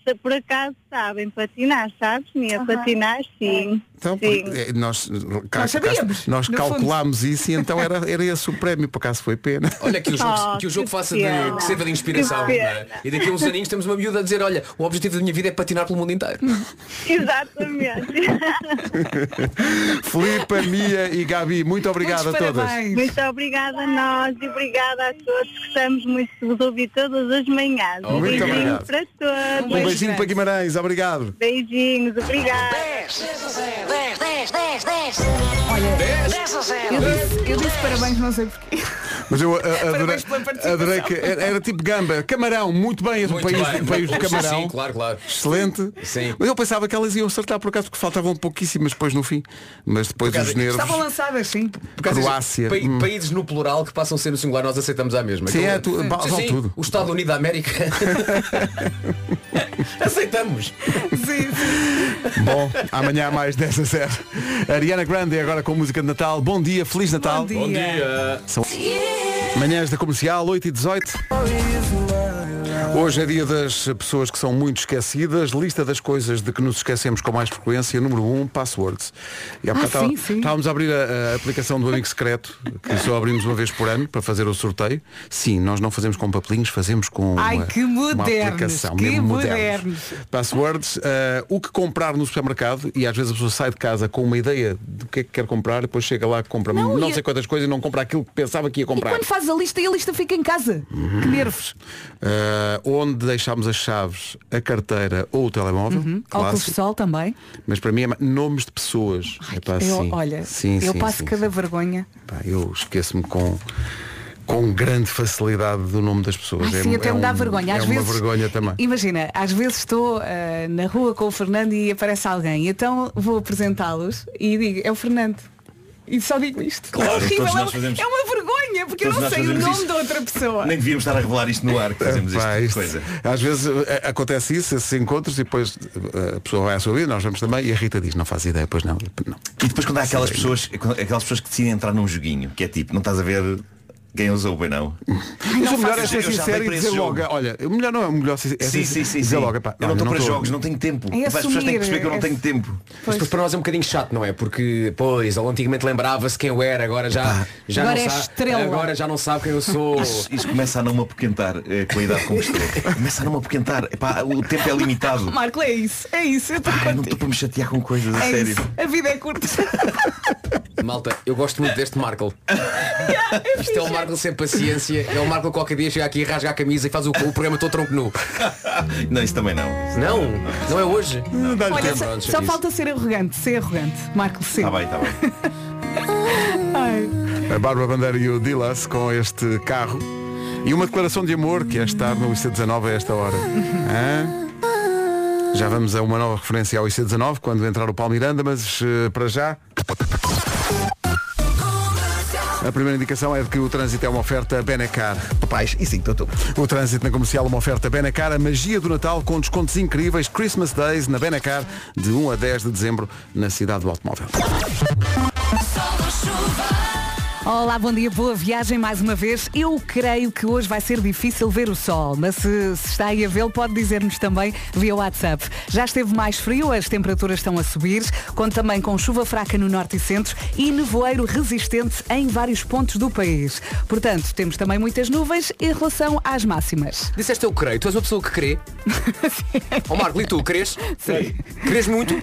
Speaker 9: Se por acaso sabem patinar, sabes, Mia? Patinar, sim.
Speaker 1: Então,
Speaker 9: sim.
Speaker 1: eh, nós, cá-
Speaker 3: Nós sabíamos,
Speaker 1: cá- nós
Speaker 3: no
Speaker 1: calculámos isso e então era, era esse o prémio, por acaso foi pena.
Speaker 5: Olha que o jogo,
Speaker 9: Oh,
Speaker 5: que o jogo
Speaker 9: que
Speaker 5: faça de,
Speaker 9: pena.
Speaker 5: que sirva de inspiração.
Speaker 9: Que
Speaker 5: não é? E daqui a uns aninhos temos uma miúda a dizer, olha, o objetivo da minha vida é patinar pelo mundo inteiro.
Speaker 9: Exatamente.
Speaker 1: Filipe, Mia e Gabi, muito obrigado
Speaker 3: Muitos
Speaker 1: a todas.
Speaker 3: parabéns.
Speaker 9: muito obrigada a nós e obrigada a todos que estamos muito de vos ouvir todas as manhãs. Um
Speaker 1: Muito
Speaker 9: beijinho
Speaker 1: obrigado.
Speaker 9: para todos.
Speaker 1: Um
Speaker 3: Beijo
Speaker 1: beijinho
Speaker 3: grande.
Speaker 1: para Guimarães, obrigado.
Speaker 9: Beijinhos, obrigada.
Speaker 8: 10 10 10 10
Speaker 3: Olha,
Speaker 8: 10 a 0
Speaker 3: eu disse, eu disse parabéns, não sei porquê.
Speaker 1: Mas eu a- a- adorei,
Speaker 3: Parabéns pela participação.
Speaker 1: adorei que era, era tipo gamba, camarão, muito bem, o
Speaker 5: Muito
Speaker 1: país,
Speaker 5: bem.
Speaker 1: o país do camarão.
Speaker 5: Sim, claro, claro.
Speaker 1: Excelente.
Speaker 5: Sim.
Speaker 1: Mas eu pensava que elas iam acertar por acaso porque faltavam pouquíssimas depois no fim. Mas depois
Speaker 5: Por acaso,
Speaker 1: os nervos.
Speaker 3: Estavam lançadas, sim.
Speaker 5: Por causa disso,
Speaker 1: Croácia.
Speaker 5: pa-
Speaker 1: Hum.
Speaker 5: Países no plural que passam a ser no singular, nós aceitamos à mesma.
Speaker 1: Sim,
Speaker 5: Aquilo-
Speaker 1: é, tu- vale-
Speaker 5: sim,
Speaker 1: vale
Speaker 5: sim,
Speaker 1: tudo.
Speaker 5: O Estado Unido da América. aceitamos.
Speaker 3: Sim, sim.
Speaker 1: Bom, amanhã há mais 10 a 0. Ariana Grande agora com música de Natal. Bom dia, Feliz Natal.
Speaker 3: Bom dia.
Speaker 1: Manhãs da Comercial, 8 e 18. Hoje é dia das pessoas que são muito esquecidas. Lista das coisas de que nos esquecemos com mais frequência. Número 1, um, passwords. E há bocado
Speaker 3: Ah,
Speaker 1: estava-
Speaker 3: sim, sim.
Speaker 1: Estávamos a abrir a, a aplicação do Amigo Secreto, que só abrimos uma vez por ano para fazer o sorteio. Sim, nós não fazemos com papelinhos, fazemos com
Speaker 3: Ai,
Speaker 1: uma,
Speaker 3: que
Speaker 1: uma
Speaker 3: modernos,
Speaker 1: aplicação.
Speaker 3: que
Speaker 1: mesmo
Speaker 3: modernos.
Speaker 1: Passwords, eh, o que comprar no supermercado, e às vezes a pessoa sai de casa com uma ideia do que é que quer comprar, depois chega lá, compra não,
Speaker 3: Não, e
Speaker 1: sei
Speaker 3: a-
Speaker 1: quantas coisas e não compra aquilo que pensava que ia
Speaker 3: E
Speaker 1: comprar.
Speaker 3: quando fazes a lista e a lista fica em casa?
Speaker 1: Hum.
Speaker 3: Que nervos.
Speaker 1: Eh, onde deixámos as chaves, a carteira ou o telemóvel,
Speaker 3: Uhum. Óculos de
Speaker 1: clássico.
Speaker 3: sol também.
Speaker 1: Mas para mim é ma- nomes de pessoas. é pá,
Speaker 3: eu,
Speaker 1: sim.
Speaker 3: Olha,
Speaker 1: Sim,
Speaker 3: eu
Speaker 1: sim,
Speaker 3: passo
Speaker 1: sim,
Speaker 3: cada
Speaker 1: sim.
Speaker 3: vergonha.
Speaker 1: Pá, eu esqueço-me com com grande facilidade do nome das pessoas.
Speaker 3: Ai, sim, até me dá vergonha.
Speaker 1: É
Speaker 3: Às
Speaker 1: uma
Speaker 3: vezes,
Speaker 1: vergonha também.
Speaker 3: Imagina, às vezes estou ah, na rua com o Fernando e aparece alguém, então vou apresentá-los e digo, é o Fernando. E só digo isto.
Speaker 10: Claro,
Speaker 3: Horrível,
Speaker 10: todos
Speaker 3: é,
Speaker 10: nós fazemos-
Speaker 3: é uma vergonha, porque
Speaker 10: todos
Speaker 3: eu não
Speaker 10: nós
Speaker 3: sei o
Speaker 10: fazemos
Speaker 3: nome
Speaker 10: isto.
Speaker 3: da outra pessoa.
Speaker 10: Nem devíamos estar a revelar isto no ar que fazemos isto. é.
Speaker 1: Pá, isto-
Speaker 10: Coisa.
Speaker 1: Às vezes eh, acontece isso, esses encontros, e depois eh, a pessoa vai à sua vida, nós vamos também, e a Rita diz, não faz ideia, pois não. E, não.
Speaker 10: E depois quando há aquelas pessoas, é quando- aquelas pessoas que decidem entrar num joguinho, que é tipo, não estás a ver quem usou o bem não.
Speaker 1: Mas o melhor é
Speaker 10: faço
Speaker 1: ser
Speaker 10: isso. Eu já
Speaker 1: sincero
Speaker 10: dei
Speaker 1: e
Speaker 10: para
Speaker 1: dizer
Speaker 10: esse
Speaker 1: logo,
Speaker 10: jogo.
Speaker 1: olha, o melhor não é o melhor ser- é
Speaker 10: sim,
Speaker 1: ser-
Speaker 10: sim, sim,
Speaker 1: dizer
Speaker 10: sim.
Speaker 1: logo, "Epá,
Speaker 10: eu não estou para
Speaker 1: tô-
Speaker 10: jogos, não tenho tempo.
Speaker 3: É
Speaker 10: Epá, as pessoas têm que perceber que eu não tenho
Speaker 3: assumir,
Speaker 10: tempo.
Speaker 5: Mas depois para nós é um bocadinho chato, não é? Porque, pois, ele antigamente lembrava-se quem eu era, agora já, já
Speaker 3: Agora
Speaker 5: não
Speaker 3: é
Speaker 5: sabe.
Speaker 3: estrela.
Speaker 5: Agora já não sabe quem eu sou.
Speaker 10: Isso, isso começa a não me apoquentar eh, com a idade como estou. começa a não me apoquentar. Epá, o tempo é limitado.
Speaker 3: Marco, é isso, é isso. Eu estou
Speaker 10: Pá, eu não estou
Speaker 3: contigo.
Speaker 10: para me chatear com coisas, a
Speaker 3: É
Speaker 10: sério.
Speaker 3: isso. A vida é curta.
Speaker 5: Malta, eu gosto muito deste Markle. Isto é o Markle sem paciência. É o Markle que qualquer dia chega aqui, rasga a camisa e faz o, o programa todo tronco nu.
Speaker 10: Não, isso também não.
Speaker 5: Não, não é hoje.
Speaker 3: Olha, só,
Speaker 5: Pronto, já
Speaker 3: só
Speaker 5: disse.
Speaker 3: falta ser arrogante, ser arrogante. Marco, ser.
Speaker 10: Está Tá bem, está bem.
Speaker 3: Ai.
Speaker 1: A Bárbara Bandeira e o Dilas com este carro e uma declaração de amor que é estar no IC19 a esta hora. Hã? Já vamos a uma nova referência ao IC19 quando entrar o Paulo Miranda, mas eh, para já. A primeira indicação é de que o trânsito é uma oferta Benacar.
Speaker 2: Papais e 5 de outubro.
Speaker 1: O trânsito na comercial, é uma oferta Benacar, a magia do Natal com descontos incríveis, Christmas Days na Benacar, de 1 a 10 de dezembro, na cidade do automóvel.
Speaker 3: Olá, bom dia, boa viagem mais uma vez. Eu creio que hoje vai ser difícil ver o sol, mas se, se está aí a vê-lo, pode dizer-nos também via WhatsApp. Já esteve mais frio, as temperaturas estão a subir, conto também com chuva fraca no norte e centro e nevoeiro resistente em vários pontos do país. Portanto, temos também muitas nuvens em relação às máximas.
Speaker 5: Disseste eu creio, tu és uma pessoa que crê. Ó Marco, e tu, crês? Sim. Crês muito?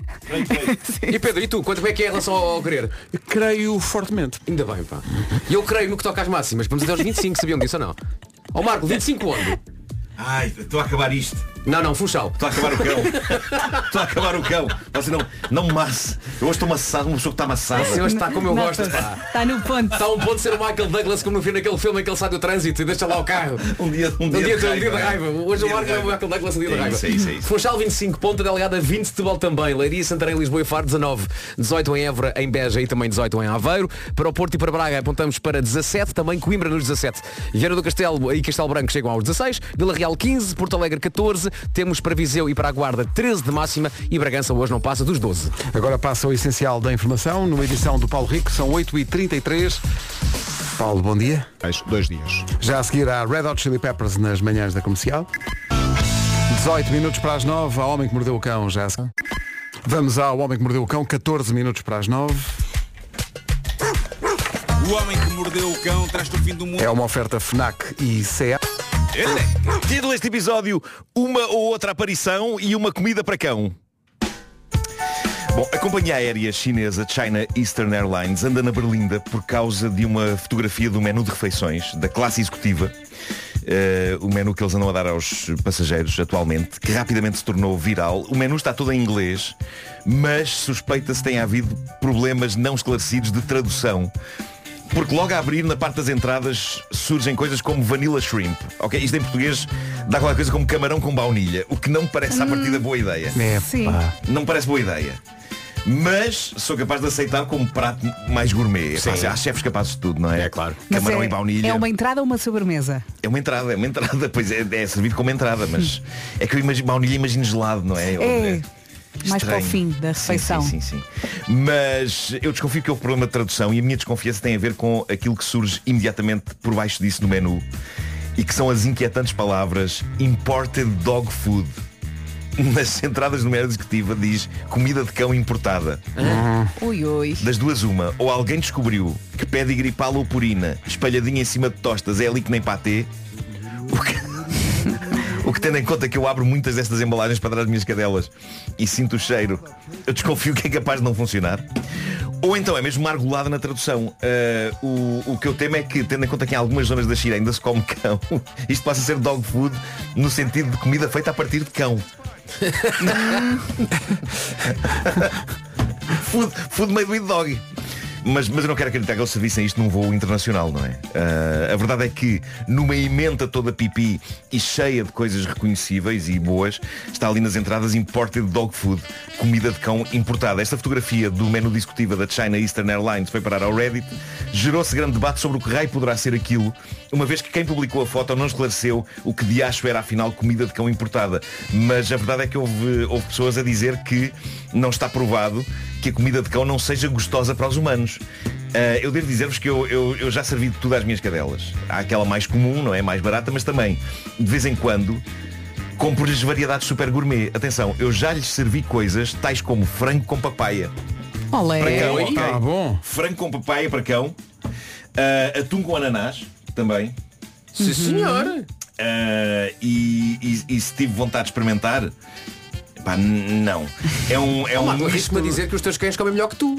Speaker 5: E Pedro, e tu, quanto é que é em relação ao crer?
Speaker 1: Creio fortemente.
Speaker 5: Ainda bem, pá. E eu creio no que toca às máximas. Vamos até aos 25, sabiam disso ou não? Ó Marco, 25 onde?
Speaker 10: Ai, estou a acabar isto.
Speaker 5: Não, não, Funchal.
Speaker 10: Estou a acabar o cão. Estou a acabar o cão. Você não, não me masse. Eu hoje estou maçado, uma pessoa que está amassada.
Speaker 3: é
Speaker 5: Sim, hoje está tá como eu
Speaker 3: Nota-se.
Speaker 5: gosto, pá.
Speaker 3: Está tá no ponto.
Speaker 5: Está um ponto de ser o Michael Douglas como no fim daquele filme em que ele sai do trânsito e deixa lá o carro.
Speaker 10: Um dia, um
Speaker 5: Um dia,
Speaker 10: dia,
Speaker 5: um dia de raiva. Hoje
Speaker 10: Um dia
Speaker 5: o
Speaker 10: de
Speaker 5: Marco é o
Speaker 10: raiva.
Speaker 5: Michael Douglas um dia de
Speaker 10: É
Speaker 5: raiva.
Speaker 10: isso, é isso, é isso.
Speaker 5: Funchal 25, Ponta Delgada 20, Setúbal também, Leiria, Santarém, Lisboa e Faro 19, 18 em Évora, em Beja e também 18 em Aveiro. Para o Porto e para Braga apontamos para 17, também Coimbra nos 17. Vieira do Castelo e Castelo Branco chegam aos 16, Vila Real 15, Porto Alegre 14, temos para Viseu e para a Guarda 13 de máxima e Bragança hoje não passa dos 12.
Speaker 1: Agora passa o essencial da informação numa edição do Paulo Rico, são 8h33. Paulo, bom dia.
Speaker 11: dois dias.
Speaker 1: Já a seguir há Red Hot Chili Peppers nas manhãs da comercial. 18 minutos para as 9, a Homem que Mordeu o Cão já. se- Vamos ao Homem que Mordeu o Cão, 14 minutos para as 9.
Speaker 11: O homem que mordeu o cão traz-te o fim
Speaker 5: um-
Speaker 11: do mundo.
Speaker 1: É uma oferta FNAC e CA.
Speaker 10: Título deste episódio, uma ou outra aparição e uma comida para cão. Bom, a companhia aérea chinesa China Eastern Airlines anda na Berlinda por causa de uma fotografia do menu de refeições da classe executiva. eh, o menu que eles andam a dar aos passageiros atualmente, que rapidamente se tornou viral. O menu está todo em inglês, mas suspeita-se que tenha havido problemas não esclarecidos de tradução Porque logo a abrir, na parte das entradas, surgem coisas como vanilla shrimp. Ok? Isto em português dá qualquer coisa como camarão com baunilha, o que não me parece à
Speaker 12: Hum.
Speaker 10: partida boa ideia.
Speaker 12: É, Sim. pá.
Speaker 10: Não me parece boa ideia. Mas sou capaz de aceitar como prato mais gourmet. Epá,
Speaker 5: Sim.
Speaker 10: há chefes capazes de tudo, não é? É claro.
Speaker 3: Mas
Speaker 10: Camarão
Speaker 3: é,
Speaker 10: e baunilha.
Speaker 3: É uma entrada ou uma sobremesa?
Speaker 10: É uma entrada, é uma entrada, pois é, é servido como entrada, mas é que eu imagino, baunilha imagino gelado, não é?
Speaker 3: É. Mais
Speaker 10: Estranho.
Speaker 3: para o fim da refeição.
Speaker 10: sim, sim. Mas eu desconfio que houve problema de tradução e a minha desconfiança tem a ver com aquilo que surge imediatamente por baixo disso no menu e que são as inquietantes palavras imported dog food. Nas entradas do menu executiva diz comida de cão importada.
Speaker 3: Ui, ui.
Speaker 10: Das duas uma, ou alguém descobriu que pedigree pala ou purina espalhadinha em cima de tostas é ali que nem patê, o que, o que tendo em conta que eu abro muitas destas embalagens para trás das minhas cadelas e sinto o cheiro, eu desconfio que é capaz de não funcionar. Ou então é mesmo margulada na tradução. Ah, o, o que eu temo é que, tendo em conta que em algumas zonas da China ainda se come cão, isto passa a ser dog food no sentido de comida feita a partir de cão. food, food made with dog. Mas, mas eu não quero acreditar que eles servissem isto num voo internacional, não é? Ah, a verdade é que numa emenda toda pipi e cheia de coisas reconhecíveis e boas, está ali nas entradas imported dog food, comida de cão importada. Esta fotografia do menu discutiva da China Eastern Airlines foi parar ao Reddit, gerou-se grande debate sobre o que raio poderá ser aquilo, uma vez que quem publicou a foto não esclareceu o que de acho era afinal comida de cão importada. Mas a verdade é que houve, houve pessoas a dizer que não está provado que a comida de cão não seja gostosa para os humanos. Ah, eu devo dizer-vos que eu, eu- eu já servi de tudo às minhas cadelas. Há aquela mais comum, não é? Mais barata, mas também, de vez em quando, compro-lhes variedades super gourmet. Atenção, eu já lhes servi coisas tais como frango com papaya.
Speaker 3: Olé.
Speaker 10: Para cão, ok?
Speaker 1: Ah, bom.
Speaker 10: Frango com papaya para cão. Ah, atum com ananás também.
Speaker 5: Sim, senhor.
Speaker 10: Ah, e, e- e se tive vontade de experimentar, pá, n- não. É um. É um
Speaker 5: Arrisco-me a dizer que os teus cães comem melhor que tu.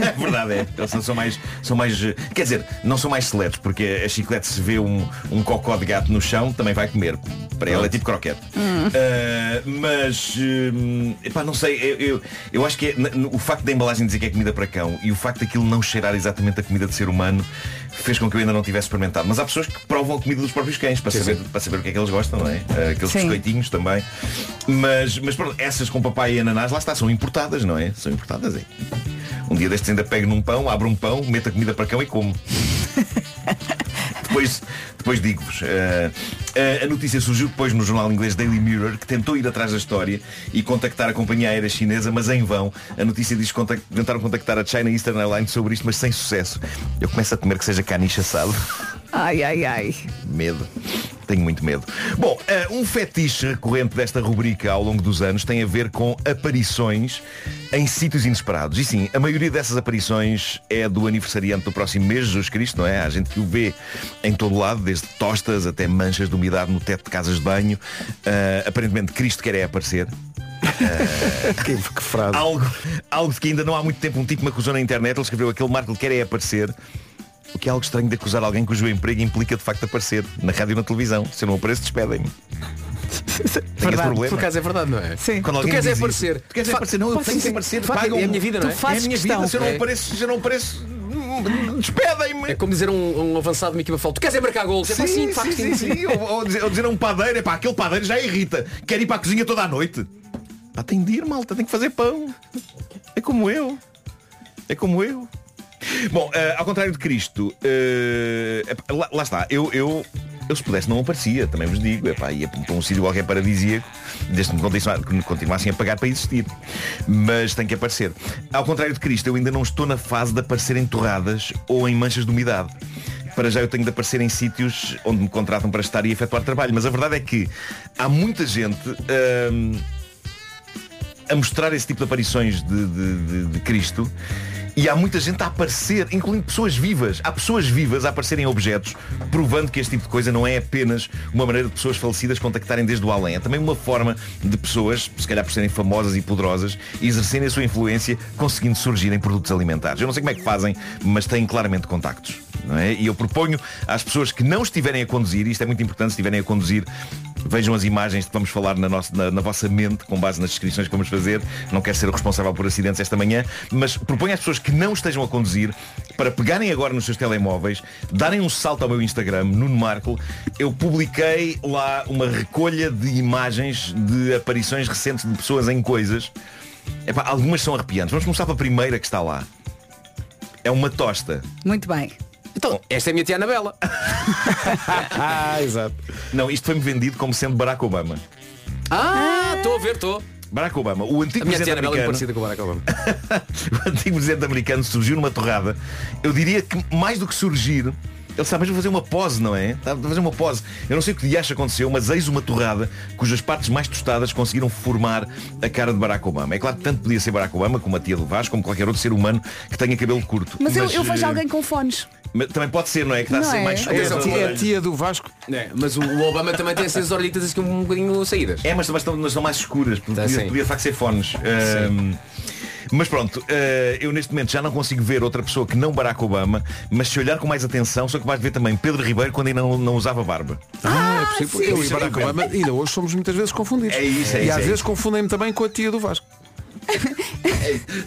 Speaker 10: É verdade é. Eles são- são mais, são mais. eh, Quer dizer, não são mais seletos, porque a chiclete se vê um, um cocó de gato no chão, também vai comer. Para ela é tipo croquete. Ah, mas hum, epá, não sei, eu, eu, eu acho que é- n- n- o facto da embalagem dizer que é comida para cão e o facto daquilo não cheirar exatamente a comida de ser humano fez com que eu ainda não tivesse experimentado. Mas há pessoas que provam a comida dos próprios cães para, saber, para saber o que é que eles gostam, não é? Ah, Aqueles
Speaker 12: Sim.
Speaker 10: biscoitinhos também. Mas, mas pronto, essas com papai e ananás lá está, são importadas, não é? São importadas, é. Um dia destes ainda pego num pão, abro um pão, meto a comida para cão e como. depois depois digo-vos. eh, eh, a notícia surgiu depois no jornal inglês Daily Mirror, que tentou ir atrás da história e contactar a companhia aérea chinesa, mas em vão. A notícia diz que contac- tentaram contactar a China Eastern Airlines sobre isto, mas sem sucesso. Eu começo a temer que seja caniche assado.
Speaker 3: Ai, ai, ai.
Speaker 10: Medo. Tenho muito medo. Bom, eh, um fetiche recorrente desta rubrica ao longo dos anos tem a ver com aparições em sítios inesperados. E sim, a maioria dessas aparições é do aniversariante do próximo mês, Jesus Cristo, não é? Há gente que o vê em todo lado, desde tostas até manchas de umidade no teto de casas de banho. Eh, aparentemente, Cristo quer é aparecer.
Speaker 1: que, frase.
Speaker 10: Algo, algo de que ainda não há muito tempo um tipo me acusou na internet, ele escreveu aquele Marco que quer é aparecer. O que é algo estranho de acusar alguém cujo emprego implica de facto aparecer na rádio e na televisão. Se eu não apareço, despedem-me. Tem esse problema.
Speaker 5: Por acaso é verdade, não é?
Speaker 3: Sim.
Speaker 10: Quando
Speaker 5: tu
Speaker 10: alguém
Speaker 5: queres
Speaker 10: diz
Speaker 5: é
Speaker 10: isso.
Speaker 5: aparecer.
Speaker 10: Tu queres é
Speaker 5: Fa-
Speaker 10: aparecer? Não, eu
Speaker 5: Pode
Speaker 10: tenho que
Speaker 5: ser.
Speaker 10: aparecer.
Speaker 5: Fa-
Speaker 10: Pagam-
Speaker 5: É a minha vida, não é?
Speaker 10: Tu fazes
Speaker 5: é a minha
Speaker 10: questão.
Speaker 5: vida.
Speaker 10: Se eu não apareço, se eu não apareço, hum, despedem-me.
Speaker 5: É como dizer a um, um avançado de uma equipa de futebol, tu queres é marcar golos? É pá, sim, de facto,
Speaker 10: sim, sim. Ou, ou dizer, ou dizer a um padeiro, pá, aquele padeiro já irrita. Quer ir para a cozinha toda a noite. Pá, tem de ir, malta, tem que fazer pão. É como eu. É como eu. Bom, eh, ao contrário de Cristo, eh, epá, lá, lá está, eu, eu, eu se pudesse não aparecia, também vos digo, epá, ia para um sítio qualquer paradisíaco, desde que me continua- que me continuassem a pagar para existir. Mas tem que aparecer. Ao contrário de Cristo, eu ainda não estou na fase de aparecer em torradas ou em manchas de umidade. Para já eu tenho de aparecer em sítios onde me contratam para estar e efetuar trabalho. Mas a verdade é que há muita gente. ehm, ahm, a mostrar esse tipo de aparições de, de- de- de Cristo e há muita gente a aparecer, incluindo pessoas vivas. Há pessoas vivas a aparecerem em objetos, provando que este tipo de coisa não é apenas uma maneira de pessoas falecidas contactarem desde o além. É também uma forma de pessoas, se calhar por serem famosas e poderosas, exercerem a sua influência, conseguindo surgir em produtos alimentares. Eu não sei como é que fazem, mas têm claramente contactos. não é? E eu proponho às pessoas que não estiverem a conduzir, e isto é muito importante, se estiverem a conduzir, Vejam as imagens que vamos falar na, nossa, na, na vossa mente, com base nas descrições que vamos fazer. Não quero ser o responsável por acidentes esta manhã, mas proponho às pessoas que não estejam a conduzir para pegarem agora nos seus telemóveis, darem um salto ao meu Instagram, Nuno Marco. Eu publiquei lá uma recolha de imagens de aparições recentes de pessoas em coisas. Epá, algumas são arrepiantes. Vamos começar pela primeira que está lá. É uma tosta. Oh.
Speaker 3: Muito bem.
Speaker 5: Então, esta é a minha tia Anabela.
Speaker 10: ah, exato. Não, isto foi-me vendido como sendo Barack Obama.
Speaker 5: Ah, estou a ver, estou.
Speaker 10: Barack Obama, o antigo
Speaker 5: A minha
Speaker 10: presidente
Speaker 5: tia Anabela
Speaker 10: americano.
Speaker 5: é parecida com o Barack Obama.
Speaker 10: o antigo presidente americano surgiu numa torrada. Eu diria que mais do que surgir, ele está mesmo a fazer uma pose, não é? Está a fazer uma pose. Eu não sei o que de acha aconteceu, mas eis uma torrada cujas partes mais tostadas conseguiram formar a cara de Barack Obama. É claro que tanto podia ser Barack Obama como a tia do Vasco, como qualquer outro ser humano que tenha cabelo curto.
Speaker 3: Mas, eu, eu
Speaker 10: eh,
Speaker 3: vejo alguém com fones.
Speaker 10: mas também pode ser, não é? Que está a
Speaker 3: Não
Speaker 10: ser
Speaker 3: é?
Speaker 10: mais
Speaker 1: É
Speaker 10: escura.
Speaker 1: a tia- é a tia do Vasco.
Speaker 5: É, mas o Obama também tem essas orelhitas assim um bocadinho saídas.
Speaker 10: É, mas também estão, mas estão mais escuras,
Speaker 1: Tá,
Speaker 10: porque podia,
Speaker 5: sim.
Speaker 10: podia de facto ser fones. Ahm, mas pronto, eh, eu neste momento já não consigo ver outra pessoa que não Barack Obama, mas se olhar com mais atenção, só que vais ver também Pedro Ribeiro quando ainda não, não usava barba.
Speaker 1: Ah, é possível.
Speaker 10: sim,
Speaker 1: eu e
Speaker 10: sim.
Speaker 1: Barack Obama ainda hoje somos muitas vezes confundidos.
Speaker 10: É isso, é
Speaker 1: E
Speaker 10: isso,
Speaker 1: às
Speaker 10: é
Speaker 1: vezes
Speaker 10: isso.
Speaker 1: confundem-me também com a tia do Vasco.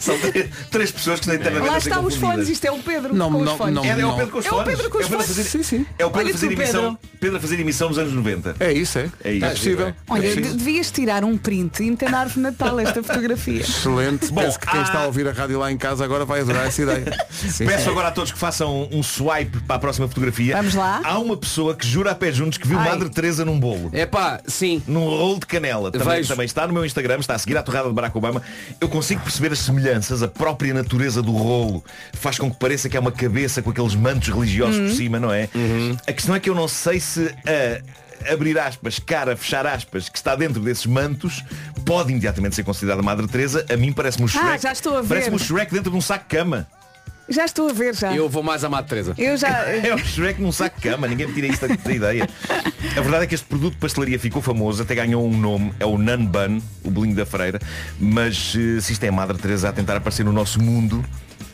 Speaker 10: São três, três pessoas que nem têm a ver
Speaker 3: Lá
Speaker 10: a ser
Speaker 3: está os fones,
Speaker 10: confundidas.
Speaker 3: isto é o Pedro
Speaker 1: Não,
Speaker 3: com
Speaker 1: não,
Speaker 3: os fones.
Speaker 1: não,
Speaker 10: É, é
Speaker 1: não.
Speaker 10: o Pedro com os
Speaker 3: É o
Speaker 10: fones.
Speaker 3: Pedro com os
Speaker 10: É o Pedro a
Speaker 3: fones.
Speaker 10: fazer-
Speaker 1: Sim, sim.
Speaker 10: É o Pedro
Speaker 3: Olha
Speaker 10: a fazer
Speaker 3: tu,
Speaker 10: emissão. Pedro a fazer emissão nos anos 90.
Speaker 1: É isso, é?
Speaker 10: É isso.
Speaker 1: É possível.
Speaker 3: Olha,
Speaker 1: É
Speaker 3: de-
Speaker 1: possível.
Speaker 3: devias tirar um print e meter na árvore de Natal esta fotografia.
Speaker 1: Excelente.
Speaker 10: Bom,
Speaker 1: Penso que quem
Speaker 10: há-
Speaker 1: está a ouvir a rádio lá em casa agora vai adorar essa ideia. Sim.
Speaker 10: Peço agora a todos que façam um swipe para a próxima fotografia.
Speaker 3: Vamos lá.
Speaker 10: Há uma pessoa que jura a pé juntos que viu
Speaker 3: Ai.
Speaker 10: Madre Teresa num bolo.
Speaker 5: É pá, sim.
Speaker 10: num rolo de canela. Também,
Speaker 5: Vejo.
Speaker 10: também está no meu Instagram, está a seguir a torrada de Barack Obama. Eu consigo perceber as semelhanças, a própria natureza do rolo faz com que pareça que é uma cabeça com aqueles mantos religiosos
Speaker 3: Uhum.
Speaker 10: por cima, não é? A questão é que eu não sei se a abrir aspas, cara, fechar aspas, que está dentro desses mantos, pode imediatamente ser considerada Madre Teresa. A mim parece-me o Shrek.
Speaker 3: Ah, já estou a ver.
Speaker 10: Parece-me o Shrek dentro de um saco de cama.
Speaker 3: Já estou a ver, já.
Speaker 5: Eu vou mais à Madre Teresa.
Speaker 3: Eu já. eh,
Speaker 10: É o Shrek num saco de cama, ninguém me tira isto da, da ideia. A verdade é que este produto de pastelaria ficou famoso, até ganhou um nome, é o Nan Bun, o bolinho da freira, mas eh, se isto é a Madre Teresa a tentar aparecer no nosso mundo,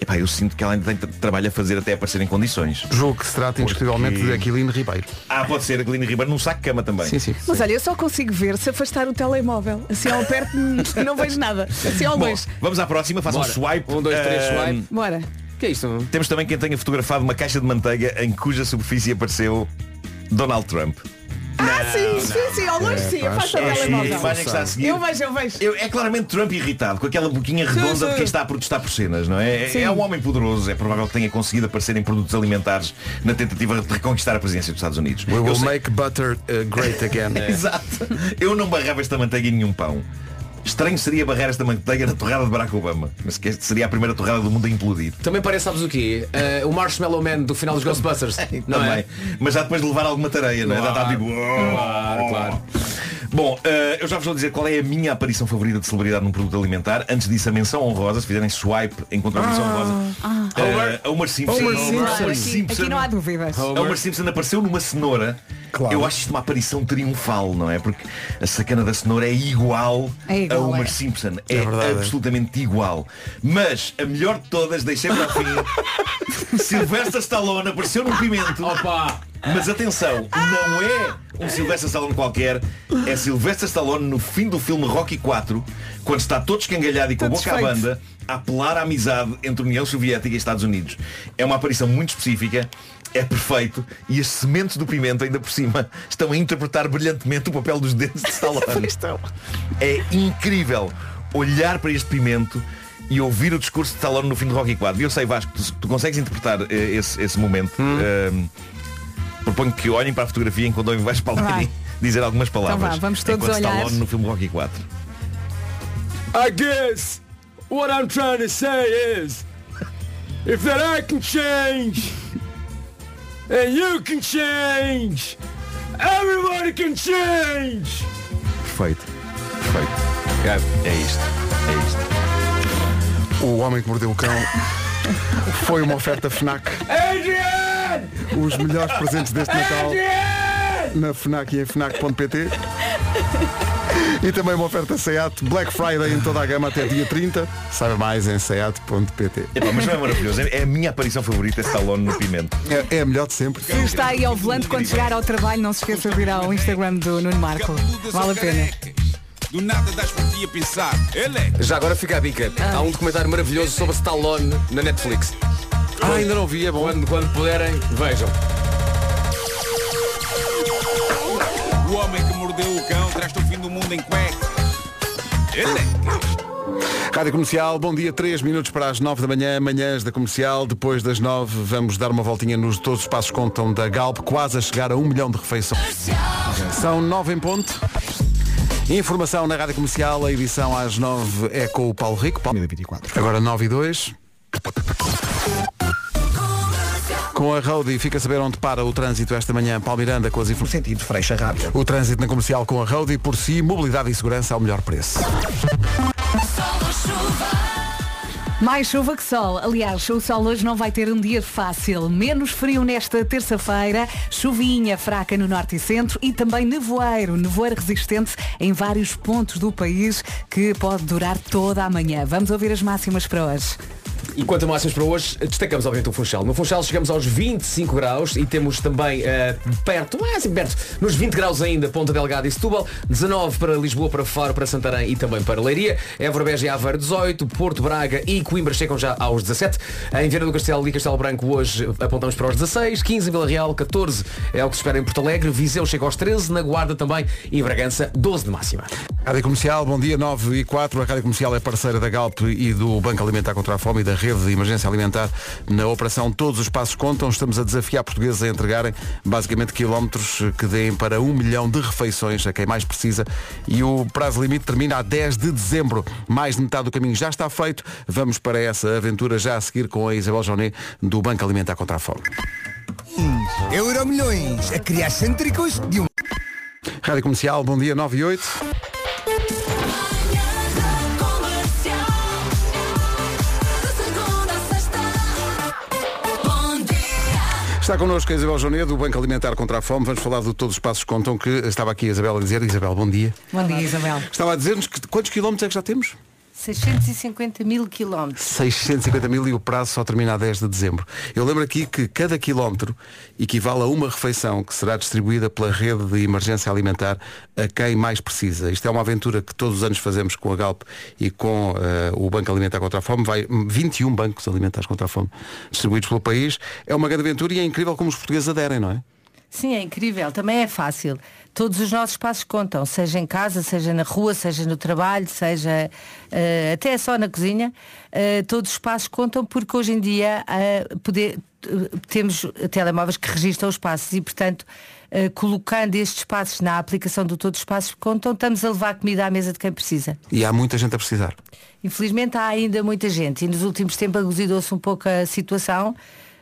Speaker 10: epá, eu sinto que ela ainda tem tra- trabalho a fazer até aparecer em condições.
Speaker 1: Jogo que se trata indiscutivelmente de
Speaker 10: Porque-
Speaker 1: Aquilino Ribeiro.
Speaker 10: Ah, pode ser a Glina Ribeiro num saco de cama também.
Speaker 1: Sim, sim.
Speaker 3: Mas olha, eu só consigo ver se afastar o telemóvel. Assim ao perto hum, não vejo nada. Assim ao
Speaker 10: Bom,
Speaker 3: longe.
Speaker 10: vamos à próxima, faça um
Speaker 5: Bora.
Speaker 10: swipe.
Speaker 5: Um, dois, três,
Speaker 10: Ah,
Speaker 5: swipe.
Speaker 3: Bora.
Speaker 5: Que é isto?
Speaker 10: Temos também quem tenha fotografado uma caixa de manteiga em cuja superfície apareceu Donald Trump.
Speaker 3: ah, sim, sim, sim, ao longe sim, afasta o
Speaker 10: E
Speaker 1: acho-
Speaker 10: a
Speaker 3: É telemóvel.
Speaker 10: imagem que está a seguir
Speaker 3: Eu vejo, eu vejo.
Speaker 10: Eu- é claramente Trump irritado, com aquela boquinha redonda
Speaker 3: sim.
Speaker 10: de quem está a protestar por cenas, não é? É-
Speaker 3: Sim.
Speaker 10: É um homem poderoso, é provável que tenha conseguido aparecer em produtos alimentares na tentativa de reconquistar a presidência dos Estados Unidos.
Speaker 1: We
Speaker 10: Eu
Speaker 1: will
Speaker 10: sei-
Speaker 1: make butter uh, great again.
Speaker 10: Exato. Eu não barrava esta manteiga em nenhum pão. Estranho seria barrar esta manteiga na torrada de Barack Obama. Mas que esta seria a primeira torrada do mundo a implodir.
Speaker 5: Também parece, sabes o quê? Eh, o Marshmallow Man do final dos Ghostbusters. Não
Speaker 10: Também.
Speaker 5: é?
Speaker 10: Mas já depois de levar alguma tareia, não é? Já está
Speaker 5: Claro.
Speaker 10: tipo.
Speaker 5: Claro, claro.
Speaker 10: Bom, eh, eu já vos vou dizer qual é a minha aparição favorita de celebridade num produto alimentar. Antes disso, a menção honrosa, se fizerem swipe, encontram a menção honrosa. Eh, Homer Simpson.
Speaker 1: Homer
Speaker 3: Claro, aqui, aqui não há dúvidas.
Speaker 10: Homer. É Simpson apareceu numa cenoura.
Speaker 2: Claro.
Speaker 10: Eu acho isto uma aparição triunfal, não é? Porque a sacana da cenoura é igual,
Speaker 3: É igual,
Speaker 10: a Homer
Speaker 3: é.
Speaker 10: Simpson. É,
Speaker 1: verdade, é.
Speaker 10: absolutamente igual. Mas a melhor de todas, deixei para o fim. Silvestre Stallone apareceu num pimento.
Speaker 5: Opa!
Speaker 10: Mas atenção, não é um Sylvester Stallone qualquer, é Sylvester Stallone no fim do filme Rocky 4, quando está todo escangalhado e com a
Speaker 3: Todo
Speaker 10: boca à
Speaker 3: desfeito.
Speaker 10: banda, a apelar à amizade entre União Soviética e Estados Unidos. É uma aparição muito específica, é perfeito, e as sementes do pimento, ainda por cima, estão a interpretar brilhantemente o papel dos dentes de Stallone. é incrível olhar para este pimento e ouvir o discurso de Stallone no fim do Rocky 4. E eu sei, Vasco, tu, tu consegues interpretar eh, esse, esse momento. eh, Ahm, Proponho que olhem para a fotografia enquanto ouvem Vasco Palmeirim
Speaker 3: Vai.
Speaker 10: dizer algumas
Speaker 3: Então
Speaker 10: palavras.
Speaker 3: vá, vamos todos
Speaker 10: enquanto
Speaker 3: olhar.
Speaker 10: Stallone no filme Rocky 4.
Speaker 5: I guess what I'm trying to say is if that I can change and you can change everybody can change
Speaker 10: Perfeito. Perfeito. É isto. É isto.
Speaker 1: O Homem que Mordeu o Cão foi uma oferta FNAC.
Speaker 5: Adrian!
Speaker 1: Os melhores presentes deste Natal
Speaker 5: Adrian!
Speaker 1: na FNAC e em FNAC.pt. E também uma oferta SEAT Black Friday em toda a gama até dia 30. Saiba mais em seat.pt.
Speaker 10: Epá, mas não é maravilhoso. É é a minha aparição favorita, Stallone no Pimento.
Speaker 1: É, é a melhor de sempre.
Speaker 3: Quem está aí ao volante quando chegar ao trabalho, não se esqueça de ir ao Instagram do Nuno Marco. Vale a pena.
Speaker 11: Do nada das por ti a pensar. Ele é.
Speaker 5: Já agora fica a bica. Há um documentário maravilhoso sobre Stallone na Netflix. Ah, ainda não vi, é bom. Quando, quando puderem, vejam.
Speaker 11: O homem que mordeu o cão traz-te o fim do mundo em cueca. Ele é.
Speaker 1: Rádio Comercial, bom dia, 3 minutos para as 9 da manhã, manhãs da Comercial, depois das 9 vamos dar uma voltinha nos todos os passos que contam da Galp, quase a chegar a 1 milhão de refeições. São 9 em ponto. Informação na Rádio Comercial, a edição às 9 é com o Paulo Rico. Paulo... Agora 9 e 2. Com a Roadie fica a saber onde para o trânsito esta manhã. Paulo Miranda com as informações.
Speaker 2: sentido freixa rápida.
Speaker 1: O trânsito na comercial com a Roadie por si, mobilidade e segurança ao melhor preço.
Speaker 3: Mais chuva que sol. Aliás, o sol hoje não vai ter um dia fácil. Menos frio nesta terça-feira, chuvinha fraca no norte e centro e também nevoeiro, nevoeiro resistente em vários pontos do país que pode durar toda a manhã. Vamos ouvir as máximas para hoje.
Speaker 5: E quanto a máximas para hoje, destacamos obviamente o Funchal. No Funchal chegamos aos 25 graus e temos também eh, perto, é assim perto, nos 20 graus ainda, Ponta Delgada e Setúbal, 19 para Lisboa, para Faro, para Santarém e também para Leiria, Évora Beja e Aveiro 18, Porto Braga e Coimbra chegam já aos 17. Em Viana do Castelo e Castelo Branco hoje apontamos para os 16, 15 em Vila Real, 14 é o que se espera em Porto Alegre, Viseu chega aos 13, na Guarda também e em Bragança 12 de máxima.
Speaker 1: Rádio Comercial, bom dia, 9 e 4. A Rádio Comercial é parceira da Galp e do Banco Alimentar contra a Fome e da Rede de Emergência Alimentar. Na operação Todos os Passos Contam, estamos a desafiar portugueses a entregarem basicamente quilómetros que deem para um milhão de refeições a quem mais precisa. E o prazo limite termina a 10 de dezembro. Mais de metade do caminho já está feito. Vamos para essa aventura já a seguir com a Isabel Joné do Banco Alimentar contra a Fome.
Speaker 12: Euro milhões a criar cêntricos de um.
Speaker 1: Rádio Comercial, bom dia, 9 e 8. Está connosco a Isabel Joné do Banco Alimentar contra a Fome. Vamos falar do Todos os Passos Contam, que estava aqui a Isabel a dizer. Isabel, bom dia.
Speaker 3: Bom dia, Isabel.
Speaker 1: Estava a dizer-nos que, quantos quilómetros é que já temos?
Speaker 13: 650 mil quilómetros.
Speaker 1: 650 mil e o prazo só termina a 10 de dezembro. Eu lembro aqui que cada quilómetro equivale a uma refeição que será distribuída pela rede de emergência alimentar a quem mais precisa. Isto é uma aventura que todos os anos fazemos com a Galp e com eh, o Banco Alimentar contra a Fome. Vai hum, 21 bancos alimentares contra a fome distribuídos pelo país. É uma grande aventura e é incrível como os portugueses aderem, não é?
Speaker 13: Sim, é incrível, também é fácil. Todos os nossos passos contam, seja em casa, seja na rua, seja no trabalho, seja eh, até só na cozinha, eh, todos os passos contam porque hoje em dia eh, poder- eh, temos telemóveis que registram os passos e, portanto, eh, colocando estes passos na aplicação do Todos os Passos Contam, estamos a levar comida à mesa de quem precisa.
Speaker 1: E há muita gente a precisar.
Speaker 13: Infelizmente há ainda muita gente e nos últimos tempos aguzidou-se um pouco a situação,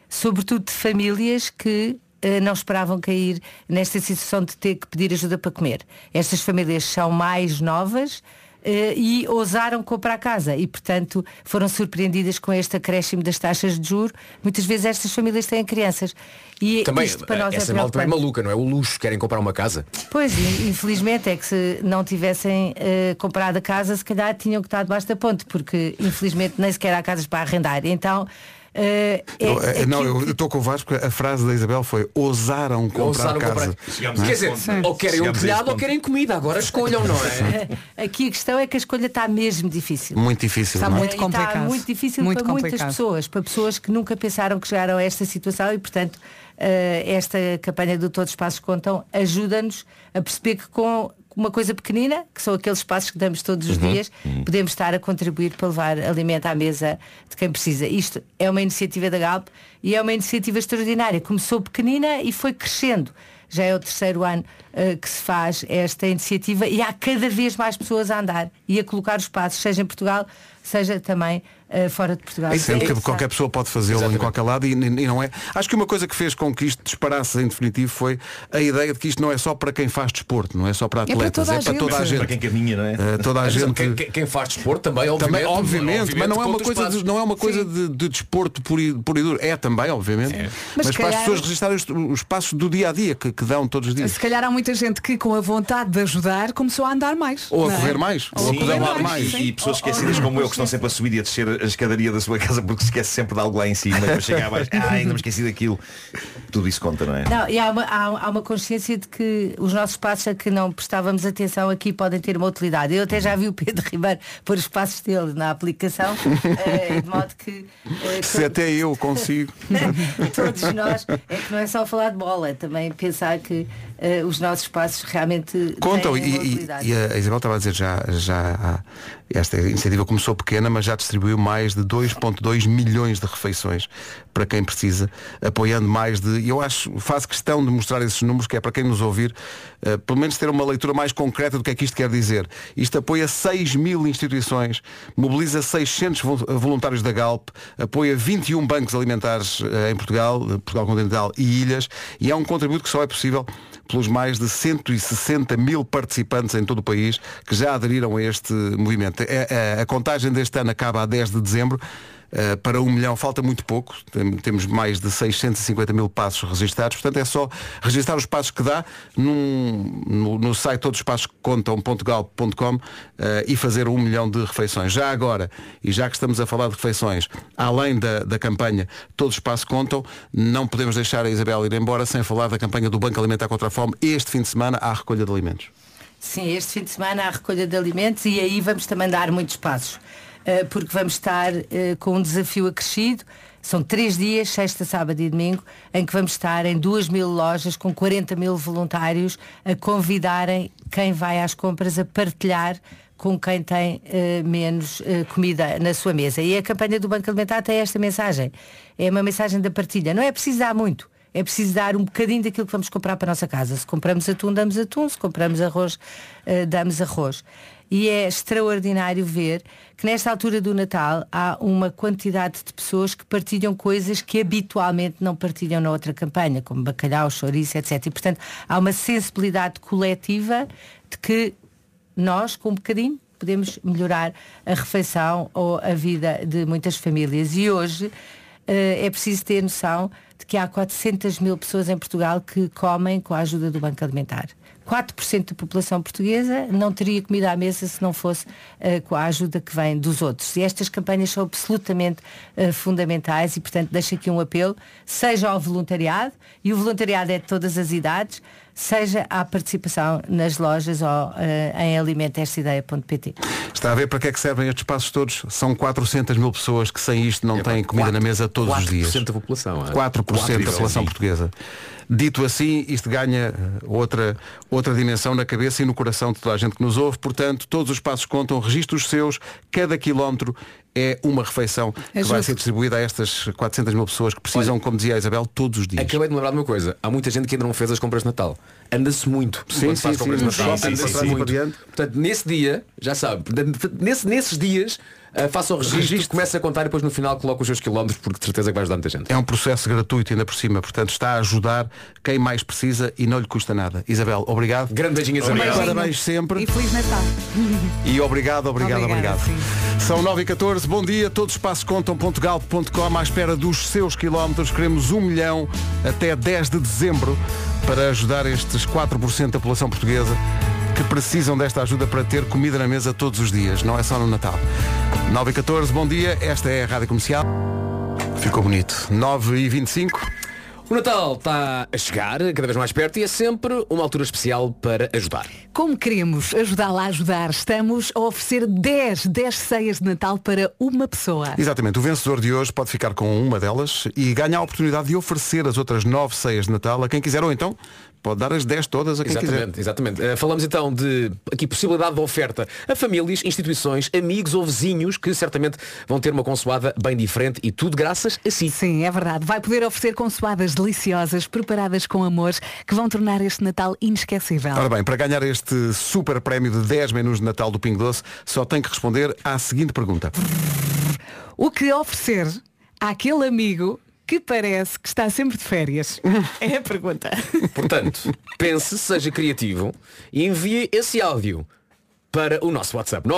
Speaker 13: sobretudo de famílias que eh, não esperavam cair nesta situação de ter que pedir ajuda para comer. Estas famílias são mais novas eh, e ousaram comprar casa e, portanto, foram surpreendidas com este acréscimo das taxas de juro. Muitas vezes estas famílias têm crianças. E
Speaker 5: Também,
Speaker 13: isto para nós
Speaker 5: essa
Speaker 13: é
Speaker 5: malta também é
Speaker 13: preocupante.
Speaker 5: maluca, não é? O luxo, querem comprar uma casa.
Speaker 13: Pois, in- infelizmente é que se não tivessem eh, comprado a casa, se calhar tinham que estar debaixo da ponte, porque infelizmente nem sequer há casas para arrendar. Então, eh, é,
Speaker 1: Eu, eh, não,
Speaker 13: aquilo
Speaker 1: eu estou com o Vasco, a frase da Isabel foi ousaram comprar
Speaker 5: Ousaram
Speaker 1: casa.
Speaker 5: comprar.
Speaker 1: Não é?
Speaker 5: um Quer dizer, ou querem um telhado ou querem comida. Agora escolham, não é?
Speaker 13: que- aqui a questão é que a escolha está mesmo difícil.
Speaker 1: Muito difícil.
Speaker 13: Está
Speaker 1: não é?
Speaker 13: muito complicado. Está muito difícil
Speaker 3: Muito
Speaker 13: para
Speaker 3: complicado.
Speaker 13: muitas pessoas, para pessoas que nunca pensaram que chegaram a esta situação e, portanto, eh, esta campanha do Todos os Passos Contam ajuda-nos a perceber que com uma coisa pequenina, que são aqueles passos que damos todos
Speaker 1: Uhum.
Speaker 13: os dias, podemos estar a contribuir para levar alimento à mesa de quem precisa. Isto é uma iniciativa da Galp e é uma iniciativa extraordinária. Começou pequenina e foi crescendo. Já é o terceiro ano eh, que se faz esta iniciativa e há cada vez mais pessoas a andar e a colocar os passos, seja em Portugal, seja também eh, fora de Portugal.
Speaker 1: Sendo que
Speaker 13: Exato.
Speaker 1: qualquer pessoa pode fazê-lo em qualquer lado e, e não é. Acho que uma coisa que fez com que isto disparasse em definitivo foi a ideia de que isto não é só para quem faz desporto, não é só para
Speaker 10: É para
Speaker 1: atletas,
Speaker 10: toda
Speaker 1: é
Speaker 10: a
Speaker 1: para
Speaker 10: gente.
Speaker 1: toda a
Speaker 10: Para
Speaker 1: gente.
Speaker 10: quem caminha, não é?
Speaker 1: Eh, toda a
Speaker 5: Atenção,
Speaker 1: gente.
Speaker 5: quem- quem- quem faz desporto também,
Speaker 1: Também,
Speaker 5: obviamente,
Speaker 1: obviamente,
Speaker 5: obviamente,
Speaker 1: mas não é uma
Speaker 5: conta os
Speaker 1: coisa,
Speaker 5: passos.
Speaker 1: de, não é uma coisa de, de desporto puro e, puro e duro. É também, obviamente. Mas,
Speaker 3: Mas
Speaker 1: para as
Speaker 3: calhar-
Speaker 1: pessoas registrarem os, os passos do dia a dia que, que dão todos os dias.
Speaker 3: Se calhar há muita gente que com a vontade de ajudar começou a andar mais.
Speaker 1: Ou a
Speaker 3: não é?
Speaker 1: correr mais. Ou a
Speaker 10: Sim,
Speaker 1: correr
Speaker 10: não,
Speaker 1: lá
Speaker 10: e-
Speaker 1: mais.
Speaker 10: E, pessoas esquecidas como eu que estão sempre a subir e a descer a escadaria da sua casa porque se esquece sempre de algo lá em cima e depois chega abaixo. Ah, ainda me esqueci daquilo. Tudo isso conta, não é?
Speaker 13: Não, e há uma, há- há uma consciência de que os nossos passos a que não prestávamos atenção aqui podem ter uma utilidade. Eu até já vi o Pedro Ribeiro pôr os passos dele na aplicação, eh, de modo que eh,
Speaker 1: Se até eu consigo.
Speaker 13: todos nós, é que não é só falar de bola, é também pensar que eh, os nossos passos realmente
Speaker 1: Contam, e,
Speaker 13: têm uma
Speaker 1: e-
Speaker 13: utilidade.
Speaker 1: e a Isabel estava a dizer já, já há- esta iniciativa começou pequena, mas já distribuiu mais de 2.2 milhões de refeições para quem precisa, apoiando mais de, eu acho, faço questão de mostrar esses números, que é para quem nos ouvir, eh, pelo menos ter uma leitura mais concreta do que é que isto quer dizer. Isto apoia 6 mil instituições, mobiliza 600 vol- voluntários da Galp, apoia 21 bancos alimentares eh, em Portugal, eh, Portugal Continental e Ilhas, e é um contributo que só é possível pelos mais de 160 mil participantes em todo o país que já aderiram a este movimento. É- é- a contagem deste ano acaba a 10 de dezembro. eh, para um milhão falta muito pouco, Tem- temos mais de 650 mil passos registados, portanto é só registrar os passos que dá num- no, no site todos os passos que contam.gal.com eh, e fazer um milhão de refeições. Já agora, e já que estamos a falar de refeições, além da, da campanha Todos os Passos Contam, não podemos deixar a Isabel ir embora sem falar da campanha do Banco Alimentar contra a Fome este fim de semana à recolha de alimentos.
Speaker 13: Sim, este fim de semana há recolha de alimentos e aí vamos também dar muitos passos, eh, porque vamos estar eh, com um desafio acrescido. São três dias, sexta, sábado e domingo, em que vamos estar em duas mil lojas com 40 mil voluntários a convidarem quem vai às compras a partilhar com quem tem eh, menos eh, comida na sua mesa. E a campanha do Banco Alimentar tem esta mensagem. É uma mensagem da partilha. Não é preciso dar muito. É preciso dar um bocadinho daquilo que vamos comprar para a nossa casa. Se compramos atum, damos atum. Se compramos arroz, eh, damos arroz. E é extraordinário ver que nesta altura do Natal há uma quantidade de pessoas que partilham coisas que habitualmente não partilham na outra campanha, como bacalhau, chouriço, etc. E, portanto, há uma sensibilidade coletiva de que nós, com um bocadinho, podemos melhorar a refeição ou a vida de muitas famílias. E hoje eh, é preciso ter noção de que há 400 mil pessoas em Portugal que comem com a ajuda do Banco Alimentar. 4% da população portuguesa não teria comida à mesa se não fosse eh, com a ajuda que vem dos outros. E estas campanhas são absolutamente eh, fundamentais e, portanto, deixo aqui um apelo, seja ao voluntariado, e o voluntariado é de todas as idades, seja à participação nas lojas ou eh, em alimentestaideia.pt.
Speaker 1: Está a ver para que é que servem estes passos todos? São 400 mil pessoas que sem isto não têm comida na mesa todos os dias.
Speaker 5: 4% da população, é?
Speaker 1: 4% da
Speaker 5: 4%,
Speaker 1: população
Speaker 5: sim.
Speaker 1: portuguesa. Dito assim, isto ganha eh, outra, outra dimensão na cabeça e no coração de toda a gente que nos ouve. Portanto, todos os passos contam, registre os seus, cada quilómetro é uma refeição que vai
Speaker 5: justo.
Speaker 1: ser distribuída a estas 400 mil pessoas que precisam, como dizia a Isabel, todos os dias.
Speaker 5: É Acabei de me lembrar de uma coisa. Há muita gente que ainda não fez as compras de Natal. Anda-se muito.
Speaker 1: Sim,
Speaker 5: quando
Speaker 1: sim,
Speaker 5: faz
Speaker 1: sim.
Speaker 5: compras de
Speaker 1: No
Speaker 5: Natal.
Speaker 1: shopping,
Speaker 5: Anda-se
Speaker 1: para trás e
Speaker 5: muito.
Speaker 1: para diante.
Speaker 5: Portanto, nesse dia, já sabe, portanto, nesse- nesses dias, ah, faça o registro, começa a contar e depois no final coloca os seus quilómetros, porque de certeza que vai ajudar muita gente.
Speaker 1: É um processo gratuito ainda por cima, portanto está a ajudar quem mais precisa e não lhe custa nada. Isabel, obrigado.
Speaker 5: Grande beijinho,
Speaker 3: Isabel.
Speaker 1: Parabéns sempre.
Speaker 3: um E Feliz Natal.
Speaker 1: E obrigado, obrigado,
Speaker 3: Obrigada,
Speaker 1: obrigado. São 9 e 14 bom dia, todos os passos contam.galp.com à espera dos seus quilómetros. Queremos um milhão até 10 de dezembro para ajudar estes 4% da população portuguesa que precisam desta ajuda para ter comida na mesa todos os dias, não é só no Natal. 9 e 14 bom dia, esta é a Rádio Comercial. Ficou bonito. 9 e 25
Speaker 5: O Natal está a chegar, cada vez mais perto, e é sempre uma altura especial para ajudar.
Speaker 3: Como queremos ajudá-la a ajudar, estamos a oferecer 10, 10 ceias de Natal para uma pessoa.
Speaker 1: Exatamente, o vencedor de hoje pode ficar com uma delas e ganha a oportunidade de oferecer as outras nove ceias de Natal a quem quiser, ou então Pode dar as 10 todas a quem
Speaker 5: exatamente,
Speaker 1: quiser.
Speaker 5: Exatamente. Eh, falamos então de aqui possibilidade de oferta a famílias, instituições, amigos ou vizinhos que certamente vão ter uma consoada bem diferente e tudo graças a si.
Speaker 3: Sim, é verdade. Vai poder oferecer consoadas deliciosas, preparadas com amor, que vão tornar este Natal inesquecível.
Speaker 1: Ora bem, para ganhar este super prémio de 10 menus de Natal do Pingo Doce, só tem que responder à seguinte pergunta.
Speaker 3: O que oferecer àquele amigo que parece que está sempre de férias? É a pergunta.
Speaker 5: Portanto, pense, seja criativo e envie esse áudio para o nosso WhatsApp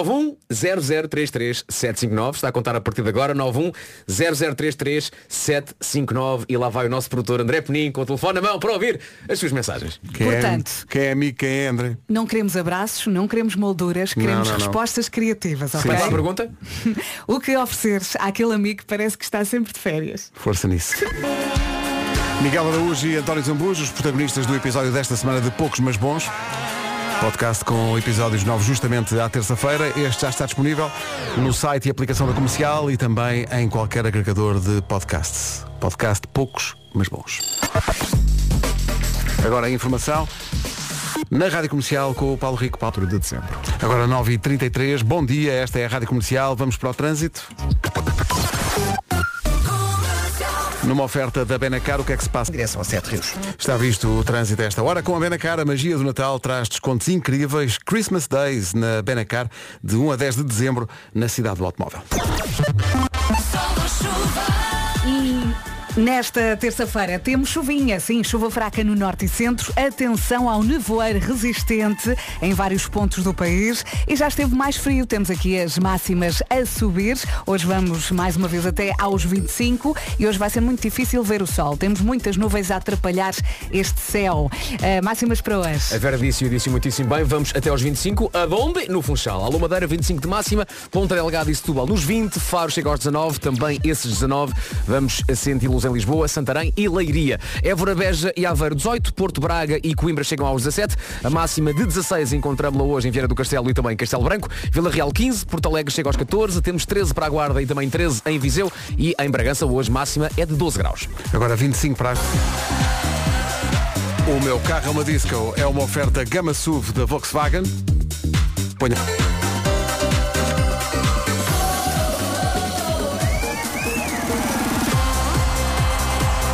Speaker 5: 91 0033 759 está a contar a partir de agora 91 0033 759 e lá vai o nosso produtor André Penin com o telefone na mão para ouvir as suas mensagens
Speaker 1: Quem É, quem é amigo, quem é André?
Speaker 3: Não queremos abraços, não queremos molduras,
Speaker 1: Não,
Speaker 3: queremos
Speaker 1: não, não.
Speaker 3: respostas criativas, ok?
Speaker 5: Sim, sim. pergunta?
Speaker 3: o que ofereceres àquele amigo que parece que está sempre de férias?
Speaker 1: Força nisso. Miguel Araújo e António Zambujo, os protagonistas do episódio desta semana de Poucos Mas Bons. Podcast com episódios novos justamente à terça-feira. Este já está disponível no site e aplicação da comercial e também em qualquer agregador de podcasts. Podcast Poucos Mas Bons. Agora a informação na Rádio Comercial com o Paulo Rico, 4 de dezembro. Agora 9h33, bom dia, esta é a Rádio Comercial, vamos para o trânsito. Numa oferta da Benacar, o que é que se passa?
Speaker 2: Direção a Sete Rios.
Speaker 1: Está visto o trânsito a esta hora. Com a Benacar, a magia do Natal traz descontos incríveis. Christmas Days na Benacar, de 1 a 10 de dezembro, na cidade do automóvel.
Speaker 3: E nesta terça-feira temos chuvinha, sim, chuva fraca no norte e centro. Atenção ao nevoeiro resistente em vários pontos do país. E já esteve mais frio, temos aqui as máximas a subir. Hoje vamos mais uma vez até aos 25 e hoje vai ser muito difícil ver o sol. Temos muitas nuvens a atrapalhar este céu. Eh, máximas para hoje.
Speaker 5: A Vera disse e eu disse muitíssimo bem, vamos até aos 25, aonde? No Funchal. Alô Madeira, 25 de máxima, Ponta Delgada e Setúbal nos 20, Faro chega aos 19, também esses 19, vamos a senti-los em Lisboa, Santarém e Leiria. Évora, Beja e Aveiro 18, Porto Braga e Coimbra chegam aos 17, a máxima de 16 encontramos-la hoje em Vieira do Castelo e também em Castelo Branco, Vila Real 15, Porto Alegre chega aos 14, temos 13 para a Guarda e também 13 em Viseu e em Bragança hoje máxima é de 12 graus.
Speaker 1: Agora 25 para. O meu carro é uma disco. É uma oferta Gama SUV da Volkswagen. Ponha.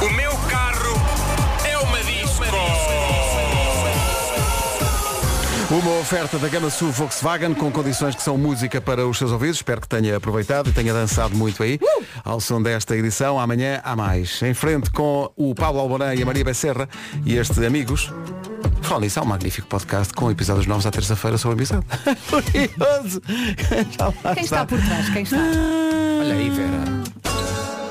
Speaker 11: O meu carro é uma disco.
Speaker 1: Uma oferta da Gama SUV Volkswagen com condições que são música para os seus ouvidos. Espero que tenha aproveitado e tenha dançado muito aí. Ao som desta edição, amanhã há mais. Em frente com o Paulo Alborã e a Maria Becerra e este Amigos. Falando nisso, há um magnífico podcast com episódios novos à terça-feira sobre amizade. Curioso.
Speaker 3: Quem está por trás? Quem está?
Speaker 5: Olha aí, Vera.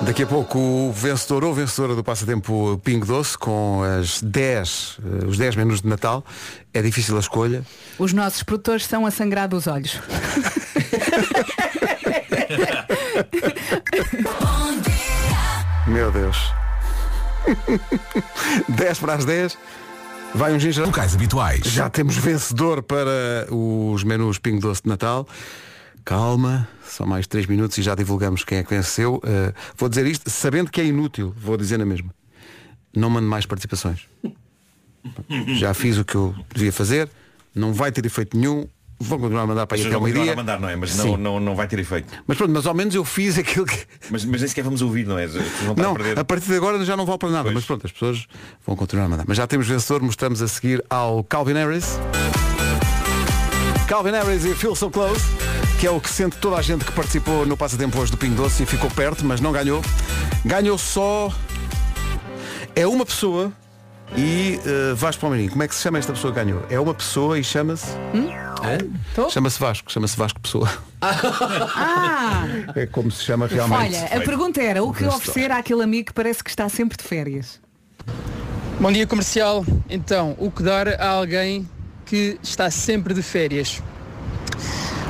Speaker 1: Daqui a pouco o vencedor ou vencedora do passatempo Pingo Doce com as 10, eh, os 10 menus de Natal. É difícil a escolha.
Speaker 3: Os nossos produtores estão a sangrar dos olhos.
Speaker 1: Meu Deus. 10 para as 10. Vai um ginger. Locais habituais. Já temos vencedor para os menus Pingo Doce de Natal. Calma, só mais 3 minutos e já divulgamos quem é que venceu. Eh, vou dizer isto, sabendo que é inútil, vou dizer na mesma. Não mando mais participações. Já fiz o que eu devia fazer, não vai ter efeito nenhum, vou continuar a mandar para aí
Speaker 10: Vocês
Speaker 1: até
Speaker 10: vão
Speaker 1: o
Speaker 10: continuar
Speaker 1: meio-dia.
Speaker 10: a mandar, não é? Mas
Speaker 1: Sim.
Speaker 10: não, não, não vai ter efeito.
Speaker 1: Mas pronto, mas ao menos eu fiz aquilo que.
Speaker 10: Mas, mas nem sequer vamos ouvir, não é? As pessoas vão estar
Speaker 1: Não,
Speaker 10: a perder.
Speaker 1: a partir de agora já não vale para nada, mas pronto, as pessoas vão continuar a mandar. Mas já temos vencedor, mostramos a seguir ao Calvin Harris. Calvin Harris e Feel So Close, que é o que sente toda a gente que participou no passatempo hoje do Pingo Doce e ficou perto, mas não ganhou. Ganhou só. É uma pessoa e eh, Vasco Palmeirinho. Como é que se chama esta pessoa que ganhou? É uma pessoa e chama-se.
Speaker 3: Hum?
Speaker 1: Chama-se Vasco, chama-se Vasco Pessoa.
Speaker 3: Ah!
Speaker 1: É como se chama realmente.
Speaker 3: Olha, a pergunta era o que
Speaker 1: Vencedor.
Speaker 3: oferecer àquele amigo que parece que está sempre de férias?
Speaker 14: Bom dia comercial. Então, o que dar a alguém que está sempre de férias?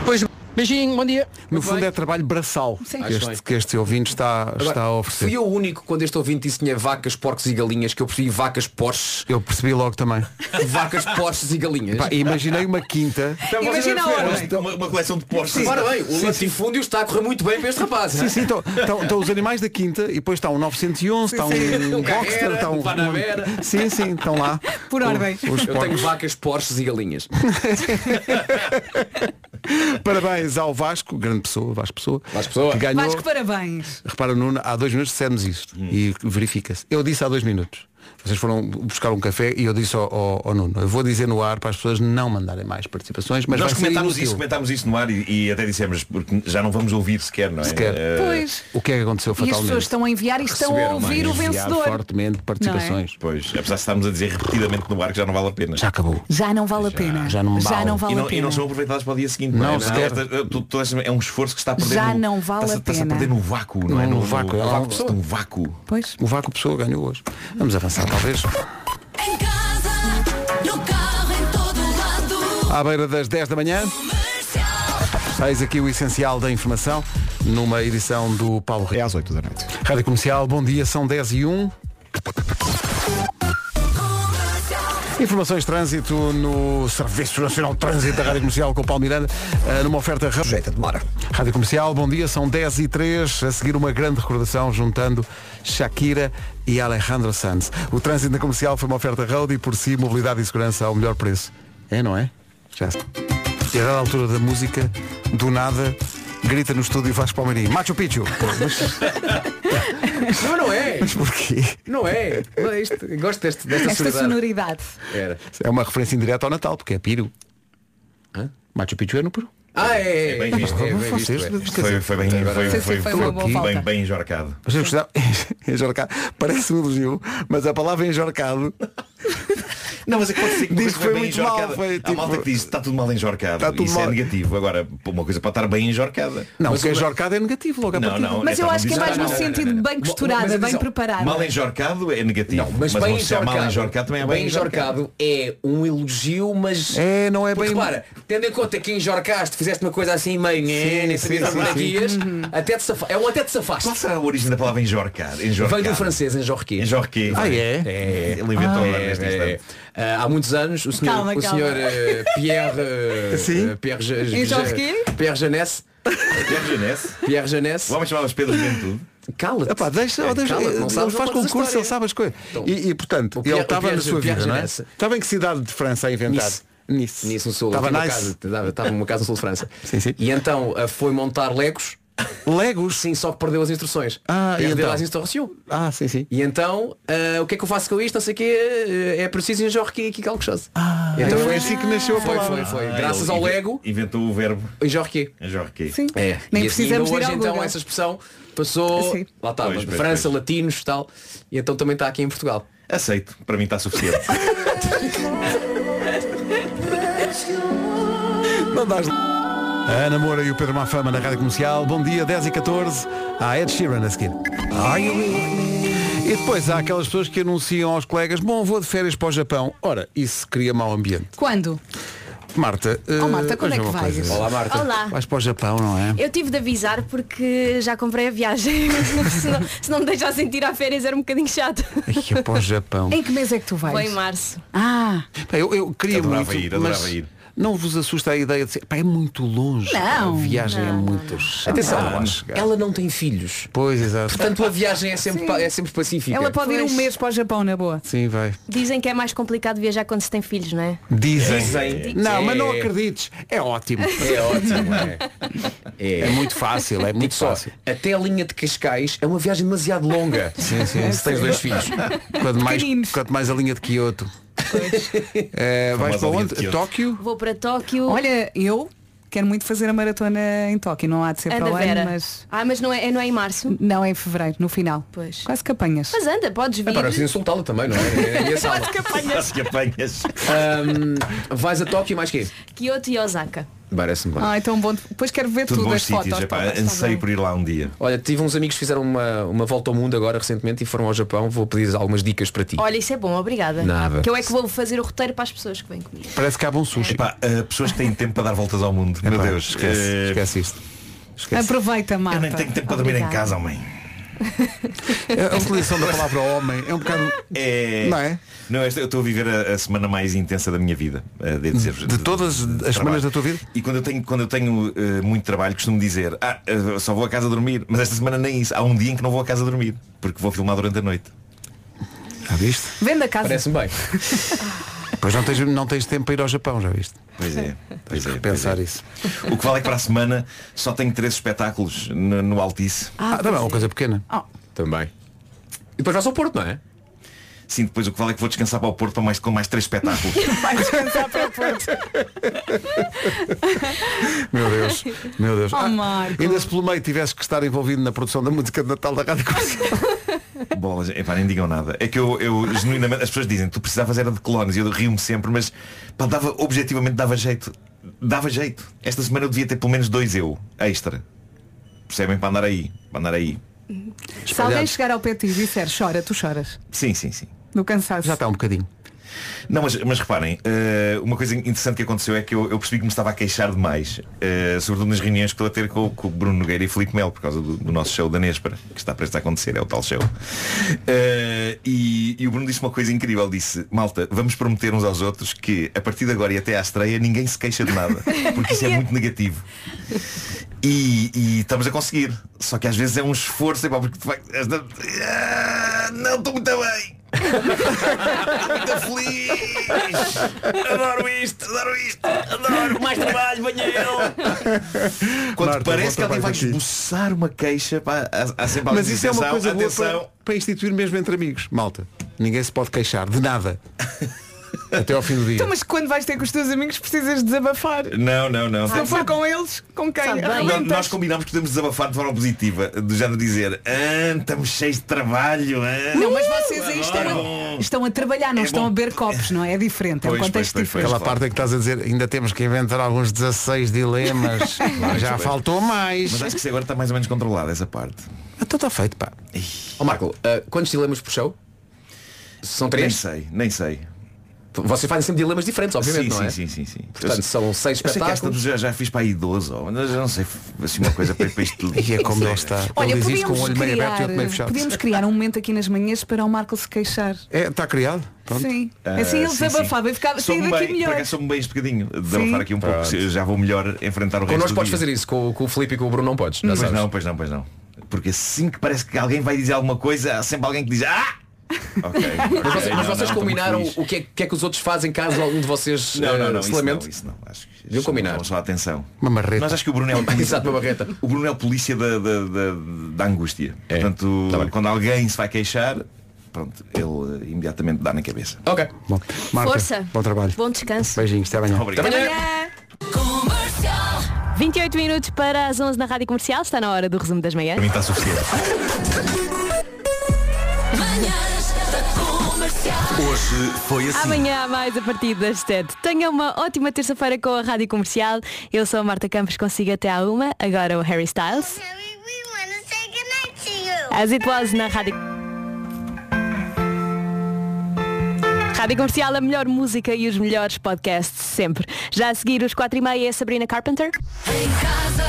Speaker 14: Pois Beijinho, bom dia.
Speaker 1: No fundo é trabalho braçal
Speaker 14: Sim.
Speaker 1: que
Speaker 5: Acho bem.
Speaker 1: este, que este ouvinte está,
Speaker 5: Agora,
Speaker 1: está a oferecer.
Speaker 5: Fui eu o único quando este ouvinte disse que tinha vacas, porcos e galinhas, que eu percebi vacas, Porsche.
Speaker 1: Eu percebi logo também.
Speaker 5: Vacas, Porsches e galinhas.
Speaker 1: Pá, imaginei uma quinta.
Speaker 5: Então, vocês Imagina não a perceberam, ordem.
Speaker 10: é Uma, uma coleção de Porsches.
Speaker 5: Sim, Ora bem, o latifúndio está a correr muito bem para este rapaz. é?
Speaker 1: Sim, sim, estão- estão estão os animais da quinta e depois está um 911, está um,
Speaker 5: Um
Speaker 1: Boxster,
Speaker 5: Carrera,
Speaker 1: está
Speaker 5: um
Speaker 1: um...
Speaker 5: Panamera.
Speaker 1: Sim, sim, estão lá. O- Os
Speaker 5: Eu tenho
Speaker 1: porcos.
Speaker 5: vacas, Porsches e galinhas.
Speaker 1: Parabéns ao Vasco, grande pessoa, Vasco Pessoa. Vasco Pessoa. Que ganhou,
Speaker 3: Vasco, parabéns.
Speaker 1: Repara, Nuno, há dois minutos dissemos isto
Speaker 5: Hum.
Speaker 1: e verifica-se. Eu disse há dois minutos. Vocês foram buscar um café e eu disse ao, ao- ao Nuno, eu vou dizer no ar para as pessoas não mandarem mais participações, mas
Speaker 10: Nós
Speaker 1: vai ser
Speaker 10: comentámos
Speaker 1: inútil.
Speaker 10: isso, comentámos isso no ar e, e até dissemos, porque já não vamos ouvir sequer, não é?
Speaker 1: Sequer.
Speaker 10: Eh,
Speaker 3: Pois.
Speaker 1: O que é que aconteceu
Speaker 3: E as
Speaker 1: fatalmente?
Speaker 3: pessoas estão a enviar e estão a
Speaker 10: Receberam
Speaker 3: ouvir o
Speaker 10: mais.
Speaker 3: vencedor. é?
Speaker 1: fortemente
Speaker 3: participações.
Speaker 10: Pois, apesar de estarmos a dizer repetidamente no ar que já não vale a pena. Já
Speaker 1: acabou.
Speaker 3: Já não vale a pena. Já não Já não vale
Speaker 10: e,
Speaker 3: a
Speaker 10: não, e
Speaker 3: pena.
Speaker 10: não são aproveitadas para o dia seguinte.
Speaker 1: Não,
Speaker 10: é?
Speaker 1: sequer.
Speaker 10: Esta- tu- tu- esta- é um esforço que está a perder.
Speaker 3: Já
Speaker 10: no-
Speaker 3: não vale
Speaker 10: está-se-
Speaker 3: a
Speaker 10: Está-se a
Speaker 3: pena.
Speaker 10: perder no vácuo, não é?
Speaker 1: No vácuo, é um vácuo.
Speaker 10: está um vácuo.
Speaker 3: Pois.
Speaker 1: O Vácuo Pessoa ganhou hoje. Vamos avançar, talvez. À beira das 10 da manhã. Eis aqui o essencial da informação numa edição do Paulo Rico. É às 8 da noite. Rádio Comercial, bom dia, são 10 e 1. Informações de trânsito no Serviço Nacional de Trânsito da Rádio Comercial com o Paulo Miranda, eh, numa oferta rejeita demora. Rádio Comercial, bom dia, são 10 e 3 a seguir uma grande recordação juntando Shakira e Alejandro Sanz. O trânsito na comercial foi uma oferta road e por si mobilidade e segurança ao melhor preço. É, não é? Já se- E a dada altura da música, do nada, grita no estúdio e faz para o Marinho. Machu Picchu! Pô, mas,
Speaker 5: Não, não é.
Speaker 1: mas porquê?
Speaker 5: Não é. Não é isto. Gosto deste, desta
Speaker 3: Esta
Speaker 5: sonoridade.
Speaker 3: sonoridade.
Speaker 5: Era.
Speaker 1: É uma referência indireta ao Natal, porque é Peru. Machu Picchu é no Peru.
Speaker 5: Ah, é.
Speaker 10: É bem visto.
Speaker 1: É bem visto, é.
Speaker 10: Foi, foi bem, foi,
Speaker 1: Agora-
Speaker 10: foi,
Speaker 1: Sim, sim, foi uma boa
Speaker 10: bem-
Speaker 1: volta.
Speaker 10: bem, bem enjorcado.
Speaker 1: Mas eu gostava- enjorcar. É Parece um elogio, mas a palavra é enjorcado.
Speaker 10: Não, mas é que pode ser que uma
Speaker 1: Diz
Speaker 10: coisa
Speaker 1: que foi
Speaker 10: bem
Speaker 1: muito
Speaker 10: enjorcada.
Speaker 1: mal. Foi,
Speaker 10: Há
Speaker 1: tipo-
Speaker 10: malta que diz, está tudo mal enjorcado.
Speaker 1: Está tudo
Speaker 10: Isso
Speaker 1: mal.
Speaker 10: é negativo. Agora, uma coisa pode estar bem enjorcada. Mas
Speaker 1: Não, porque
Speaker 10: uma-
Speaker 1: enjorcado é negativo logo à
Speaker 10: Não,
Speaker 1: partida.
Speaker 10: não,
Speaker 3: Mas
Speaker 10: Então,
Speaker 3: eu acho que é
Speaker 10: diz-
Speaker 3: mais
Speaker 10: não,
Speaker 3: no
Speaker 10: não,
Speaker 3: sentido de bem costurada, bem preparada.
Speaker 10: Mal enjorcado é negativo.
Speaker 5: Mas, bem,
Speaker 10: uma pessoa
Speaker 5: enjorcado,
Speaker 10: mal enjorcado também é bem,
Speaker 5: bem enjorcado é um elogio, mas
Speaker 1: é, não é
Speaker 5: Porque,
Speaker 1: bem-
Speaker 5: Repara, tendo em conta que enjorcaste, fizeste uma coisa assim meio nhé, nem
Speaker 10: sim,
Speaker 5: sabias
Speaker 10: sim,
Speaker 5: para onde é que
Speaker 10: sim. Uhum.
Speaker 5: ias, até te safa- é um até te safaste.
Speaker 10: Qual será a origem da palavra enjorcar?
Speaker 5: Vem do francês, enjorqué.
Speaker 10: Enjorqué.
Speaker 5: Ah,
Speaker 1: é?
Speaker 10: Ele inventou
Speaker 5: Ah.
Speaker 10: agora
Speaker 5: É,
Speaker 10: neste
Speaker 5: é.
Speaker 10: instante.
Speaker 5: Ah, há muitos anos, o senhor,
Speaker 10: Calma,
Speaker 5: o
Speaker 10: calma.
Speaker 5: senhor eh, Pierre, eh,
Speaker 10: Sim?
Speaker 5: eh, Pierre, Je- Je-
Speaker 10: Enjorqué?
Speaker 5: Pierre Janesse,
Speaker 10: Pierre Janesse.
Speaker 5: Pierre Janesse.
Speaker 10: O homem chamava-se Pedro Juventude.
Speaker 5: Cala-te.
Speaker 1: Epá, deixa,
Speaker 5: É,
Speaker 1: deixa,
Speaker 5: cala-te, não
Speaker 1: ele faz
Speaker 5: sabes, não contas a
Speaker 1: concurso,
Speaker 5: história.
Speaker 1: ele sabe as coisas.
Speaker 5: Então,
Speaker 1: e, e, portanto,
Speaker 5: o Pierre-
Speaker 1: ele estava
Speaker 5: o Pierre-
Speaker 1: na sua
Speaker 5: o Pierre
Speaker 1: vida, não é?
Speaker 5: Jeunesse.
Speaker 1: Estava em que cidade de França a inventar?
Speaker 5: Nice. um
Speaker 1: Nice.
Speaker 5: Nisso no sul.
Speaker 1: Estava
Speaker 5: Estava
Speaker 1: nice.
Speaker 5: casa, estava, estava numa casa no sul de França. E então ah, foi montar Legos.
Speaker 1: Legos?
Speaker 5: Sim, só que perdeu as instruções.
Speaker 1: Ah, e
Speaker 5: perdeu
Speaker 1: então?
Speaker 5: as instruções.
Speaker 1: Ah, sim, sim.
Speaker 5: E então, ah, o que é que eu faço com isto? Não sei o quê, ah, é preciso enjorque aqui aqui quelque chose. Ah, então
Speaker 1: é
Speaker 5: foi
Speaker 1: assim que nasceu a
Speaker 5: Foi,
Speaker 1: palavra.
Speaker 5: foi, foi.
Speaker 1: Ah,
Speaker 5: Graças
Speaker 10: ele
Speaker 5: ao
Speaker 10: inven-
Speaker 5: Lego.
Speaker 10: Inventou o verbo.
Speaker 5: Enjorque.
Speaker 10: Enjorqué.
Speaker 5: Sim. É.
Speaker 10: Nem
Speaker 5: e assim, ainda
Speaker 10: precisamos ir
Speaker 5: hoje
Speaker 10: ao
Speaker 5: então
Speaker 10: Google.
Speaker 5: essa expressão passou.
Speaker 10: Sim.
Speaker 5: Lá está,
Speaker 10: Pois, pois,
Speaker 5: França, latinos e tal. E então também está aqui em Portugal.
Speaker 10: Aceito, para mim está suficiente.
Speaker 1: Não dás... A Ana Moura e o Pedro Mafama na Rádio Comercial. Bom dia, 10 e 14. Há Ed Sheeran a seguir. E depois há aquelas pessoas que anunciam aos colegas, bom, vou de férias para o Japão. Ora, isso cria mau ambiente.
Speaker 3: Quando?
Speaker 1: Marta,
Speaker 15: Oh,
Speaker 1: eh,
Speaker 15: Marta, quando
Speaker 1: veja
Speaker 15: é que
Speaker 1: uma
Speaker 15: vais?
Speaker 1: coisa.
Speaker 15: Olá, Marta. Olá.
Speaker 1: Vais para o Japão, não é?
Speaker 15: Eu tive de avisar porque já comprei a viagem, se não, se não me deixassem tirar férias era um bocadinho chato.
Speaker 1: Aqui é para o Japão.
Speaker 15: Em
Speaker 3: que mês é que tu vais?
Speaker 15: Foi em março.
Speaker 3: Ah.
Speaker 1: Pá, eu, eu queria
Speaker 10: Adorava
Speaker 1: muito,
Speaker 10: ir, adorava
Speaker 1: mas
Speaker 10: ir.
Speaker 1: não vos assusta a ideia de ser, pá, é muito longe.
Speaker 5: Não,
Speaker 1: a viagem é
Speaker 5: não,
Speaker 1: muito chata.
Speaker 5: Atenção,
Speaker 1: Ah, não.
Speaker 5: ela não tem filhos.
Speaker 1: Pois, exato.
Speaker 5: Portanto, a viagem é sempre, pa- é sempre pacífica.
Speaker 15: Ela pode ir
Speaker 3: Um mês para o Japão, na boa.
Speaker 1: Sim, vai.
Speaker 15: Dizem que é mais complicado viajar quando se tem filhos, não é?
Speaker 1: Dizem.
Speaker 5: Dizem.
Speaker 1: Não, mas não
Speaker 5: É.
Speaker 1: acredites. É ótimo.
Speaker 5: É ótimo, é. É,
Speaker 1: muito fácil, é muito
Speaker 5: Digo só,
Speaker 1: fácil.
Speaker 5: Até a linha de Cascais é uma viagem demasiado longa.
Speaker 1: Sim, sim.
Speaker 5: Se tens dois filhos.
Speaker 1: Quanto mais, quanto mais a linha de Kyoto. É, vais
Speaker 5: Famosa
Speaker 1: para
Speaker 5: linha de
Speaker 1: onde?
Speaker 5: Kyoto.
Speaker 1: Tóquio?
Speaker 15: Vou para Tóquio.
Speaker 3: Olha, eu quero muito fazer a maratona em Tóquio, não há de ser
Speaker 15: Ana
Speaker 3: para o
Speaker 15: Vera.
Speaker 3: ano, mas.
Speaker 15: Ah, mas não é, é- não é em março.
Speaker 3: Não, é em fevereiro, no final.
Speaker 15: Pois.
Speaker 3: Quase que apanhas.
Speaker 15: Mas anda, podes vir.
Speaker 5: É para preciso insultá-la também, não é? É a minha sala.
Speaker 15: Quase que apanhas.
Speaker 10: Quase que apanhas.
Speaker 5: vais a Tóquio e mais quê?
Speaker 15: Kyoto e Osaka.
Speaker 5: Parece-me bem.
Speaker 3: Ai, tão Ah, então bom. Depois quero ver
Speaker 5: Tudo
Speaker 3: tudo,
Speaker 5: bons
Speaker 3: as
Speaker 5: sítios,
Speaker 3: fotos.
Speaker 5: epá,
Speaker 3: todas, está
Speaker 5: anseio
Speaker 3: bem.
Speaker 5: por
Speaker 10: ir lá um dia.
Speaker 5: Olha, tive uns amigos que fizeram uma, uma volta ao mundo agora recentemente e foram ao Japão. Vou pedir algumas dicas para ti.
Speaker 15: Olha, isso é bom, obrigada.
Speaker 5: Nada.
Speaker 15: Que eu é que vou fazer o roteiro para as pessoas que vêm comigo.
Speaker 1: Parece que há bom sushi.
Speaker 10: Epá, eh, pessoas que têm tempo para dar voltas ao mundo. Meu Deus.
Speaker 1: eh, esquece,
Speaker 10: esquece
Speaker 1: isto.
Speaker 3: Aproveita, Marta.
Speaker 10: eh, Eu nem tenho tempo para dormir em casa, homem.
Speaker 1: Eh, A utilização da palavra homem é um bocado.
Speaker 10: É...
Speaker 1: Não é?
Speaker 10: Não, esta- eu estou a viver a, a semana mais intensa da minha vida, eh, de dizer De,
Speaker 1: todas as semanas da tua vida?
Speaker 10: E quando eu tenho, quando eu tenho eh, muito trabalho, costumo dizer, ah, eh, só vou a casa dormir. Mas esta semana nem isso. Há um dia em que não vou a casa dormir, porque vou filmar durante a noite.
Speaker 1: Já viste?
Speaker 3: Venda a casa.
Speaker 5: Parece-me bem.
Speaker 1: Pois não tens, não tens tempo para ir ao Japão, já viste?
Speaker 10: Pois é. Pois é,
Speaker 1: Pensar isso.
Speaker 10: O que vale é que para a semana só tenho três espetáculos no, no Altice.
Speaker 1: Ah, também é uma coisa pequena.
Speaker 5: Também. E depois vais ao Porto, não é?
Speaker 10: Sim, depois o que vale é que vou descansar para o Porto para mais, com mais três espetáculos.
Speaker 3: Vai descansar para o Porto.
Speaker 1: Meu Deus, meu Deus. Ah,
Speaker 3: Oh, Marco.
Speaker 1: ainda se pelo meio tivesse que estar envolvido na produção da música de Natal da Rádio Comercial.
Speaker 10: Bolas, epá, nem digam nada. É que eu, eu genuinamente, as pessoas dizem, tu precisavas era de clones, e eu rio-me sempre, mas pá, dava, objetivamente dava jeito. Dava jeito. Esta semana eu devia ter pelo menos dois eu, extra. Percebem? Para andar aí. Para andar aí.
Speaker 3: Se alguém chegar ao pé de ti e disser chora, tu choras.
Speaker 10: Sim, sim, sim.
Speaker 3: No cansaço. Já
Speaker 1: está um bocadinho.
Speaker 10: Não, mas, mas reparem, eh, uma coisa interessante que aconteceu é que eu, eu percebi que me estava a queixar demais, eh, sobretudo nas reuniões que estou a ter com, com o Bruno Nogueira e Filipe Mel, por causa do, do nosso show da Nespera, que está prestes a acontecer, é o tal show. Eh, e, e o Bruno disse uma coisa incrível, disse, malta, vamos prometer uns aos outros que a partir de agora e até à estreia ninguém se queixa de nada, porque isso é muito negativo. E, e estamos a conseguir. Só que às vezes é um esforço, epá, porque de facto, esta- Ah, não estou muito bem. Muito feliz. Adoro isto, adoro isto, adoro mais trabalho, banheiro. Quando parece que alguém vai esboçar uma queixa, pá, há, há sempre alguém
Speaker 1: Mas
Speaker 10: que diz,
Speaker 1: isso é uma
Speaker 10: "Atenção,
Speaker 1: coisa boa para,
Speaker 10: atenção.
Speaker 1: para instituir mesmo entre amigos. Malta, ninguém se pode queixar de nada. Até ao fim do dia.
Speaker 3: Então, mas quando vais ter com os teus amigos precisas desabafar.
Speaker 10: Não, não, não.
Speaker 15: Ah,
Speaker 3: Se não for com eles, com quem?
Speaker 10: Não,
Speaker 15: Tá
Speaker 10: Nós combinámos que podemos desabafar de forma positiva, do género dizer, ah, estamos cheios de trabalho. ah,
Speaker 3: Não, mas
Speaker 1: Uh!
Speaker 3: vocês aí
Speaker 10: adoro."
Speaker 3: estão a, estão a trabalhar, não estão a beber copos, não é? É diferente, é um
Speaker 1: É Pois,
Speaker 3: contexto
Speaker 1: pois, pois, pois,
Speaker 3: diferente.
Speaker 1: Aquela parte em que estás a dizer, ainda temos que inventar alguns 16 dilemas.
Speaker 3: é
Speaker 10: Pois,
Speaker 1: Já
Speaker 10: pois.
Speaker 1: faltou mais.
Speaker 10: Mas acho que isso agora está mais ou menos controlado, essa parte.
Speaker 1: Então está feito, pá.
Speaker 5: Ó Marco, ah, quantos dilemas por show? São três?
Speaker 10: Nem sei, nem sei.
Speaker 5: Vocês fazem sempre dilemas diferentes, obviamente,
Speaker 10: sim,
Speaker 5: não
Speaker 10: sim, sim,
Speaker 5: é?
Speaker 10: sim, sim.
Speaker 5: Portanto,
Speaker 10: Eu-
Speaker 5: são seis
Speaker 10: eu sei que esta
Speaker 5: espetáculos.
Speaker 10: já, já fiz para aí 12, ou, mas eu não sei, assim uma coisa para, para isto tudo.
Speaker 1: E é como ele está.
Speaker 3: Olha,
Speaker 1: um
Speaker 3: podíamos criar, podíamos criar um momento aqui nas manhãs para o Marco se queixar.
Speaker 1: É, está criado? Pronto.
Speaker 3: Sim.
Speaker 10: Ah,
Speaker 3: Assim ele desabafava e ficava sair
Speaker 10: Soube-me
Speaker 3: daqui
Speaker 10: um bem,
Speaker 3: melhor.
Speaker 10: Por acaso soube-me bem este bocadinho. de
Speaker 3: Sim.
Speaker 10: Desabafar aqui um pouco.
Speaker 5: Pronto.
Speaker 10: se- Já vou melhor enfrentar o resto
Speaker 5: Connosco
Speaker 10: do
Speaker 5: podes
Speaker 10: dia.
Speaker 5: fazer isso, com, com o Filipe e com o Bruno não podes. Já
Speaker 10: Pois
Speaker 5: sabes.
Speaker 10: não, pois não, pois não. Porque assim que parece que alguém vai dizer alguma coisa, há sempre alguém que diz Ah! Ok.
Speaker 5: Mas vocês,
Speaker 10: ok,
Speaker 5: mas
Speaker 10: não, Ah,
Speaker 5: vocês
Speaker 10: não, estou muito
Speaker 5: combinaram
Speaker 10: feliz.
Speaker 5: o que é, que é que os outros fazem caso algum de vocês
Speaker 10: Não, não,
Speaker 5: eh,
Speaker 10: não,
Speaker 5: se
Speaker 10: isso
Speaker 5: lamente?
Speaker 10: não, isso não. Acho que
Speaker 5: Viu combinar.
Speaker 10: Só atenção.
Speaker 1: Uma marreta.
Speaker 10: Nós acho que o Bruno é o
Speaker 5: Exato, uma barreta.
Speaker 10: O Bruno é o polícia da, da, da, da angústia.
Speaker 5: É.
Speaker 10: Portanto,
Speaker 5: Tá
Speaker 10: quando alguém se vai queixar, pronto, ele eh, imediatamente dá na cabeça.
Speaker 5: Ok.
Speaker 1: Bom, Marta,
Speaker 15: Força.
Speaker 1: Bom trabalho.
Speaker 15: Bom descanso.
Speaker 1: Beijinhos, até amanhã.
Speaker 10: Obrigado.
Speaker 15: Até amanhã. 28 minutos para as 11 na Rádio Comercial. Está na hora do resumo das manhãs.
Speaker 10: Para mim está suficiente.
Speaker 11: Hoje foi assim.
Speaker 15: Amanhã há mais a partir das 7. Tenha uma ótima terça-feira com a Rádio Comercial. Eu sou a Marta Campos, consigo até à uma. Agora o Harry Styles. As it was na Rádio Rádio Comercial, a melhor música e os melhores podcasts sempre. Já a seguir, os 4 e meia, é Sabrina Carpenter.
Speaker 8: Em casa,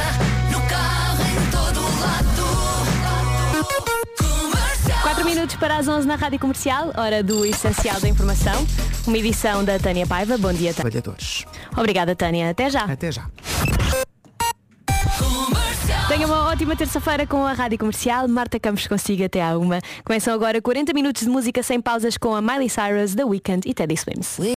Speaker 8: no carro, em todo lado. Comercial.
Speaker 15: 4 minutos para as 11 na Rádio Comercial, hora do Essencial da Informação. Uma edição da Tânia Paiva. Bom dia, Tânia.
Speaker 16: Trabalhadores.
Speaker 15: Obrigada, Tânia. Até já.
Speaker 16: Até já.
Speaker 15: Tenha uma ótima terça-feira com a Rádio Comercial. Marta Campos consigo até à uma. Começam agora 40 minutos de música sem pausas com a Miley Cyrus, The Weeknd e Teddy Swims.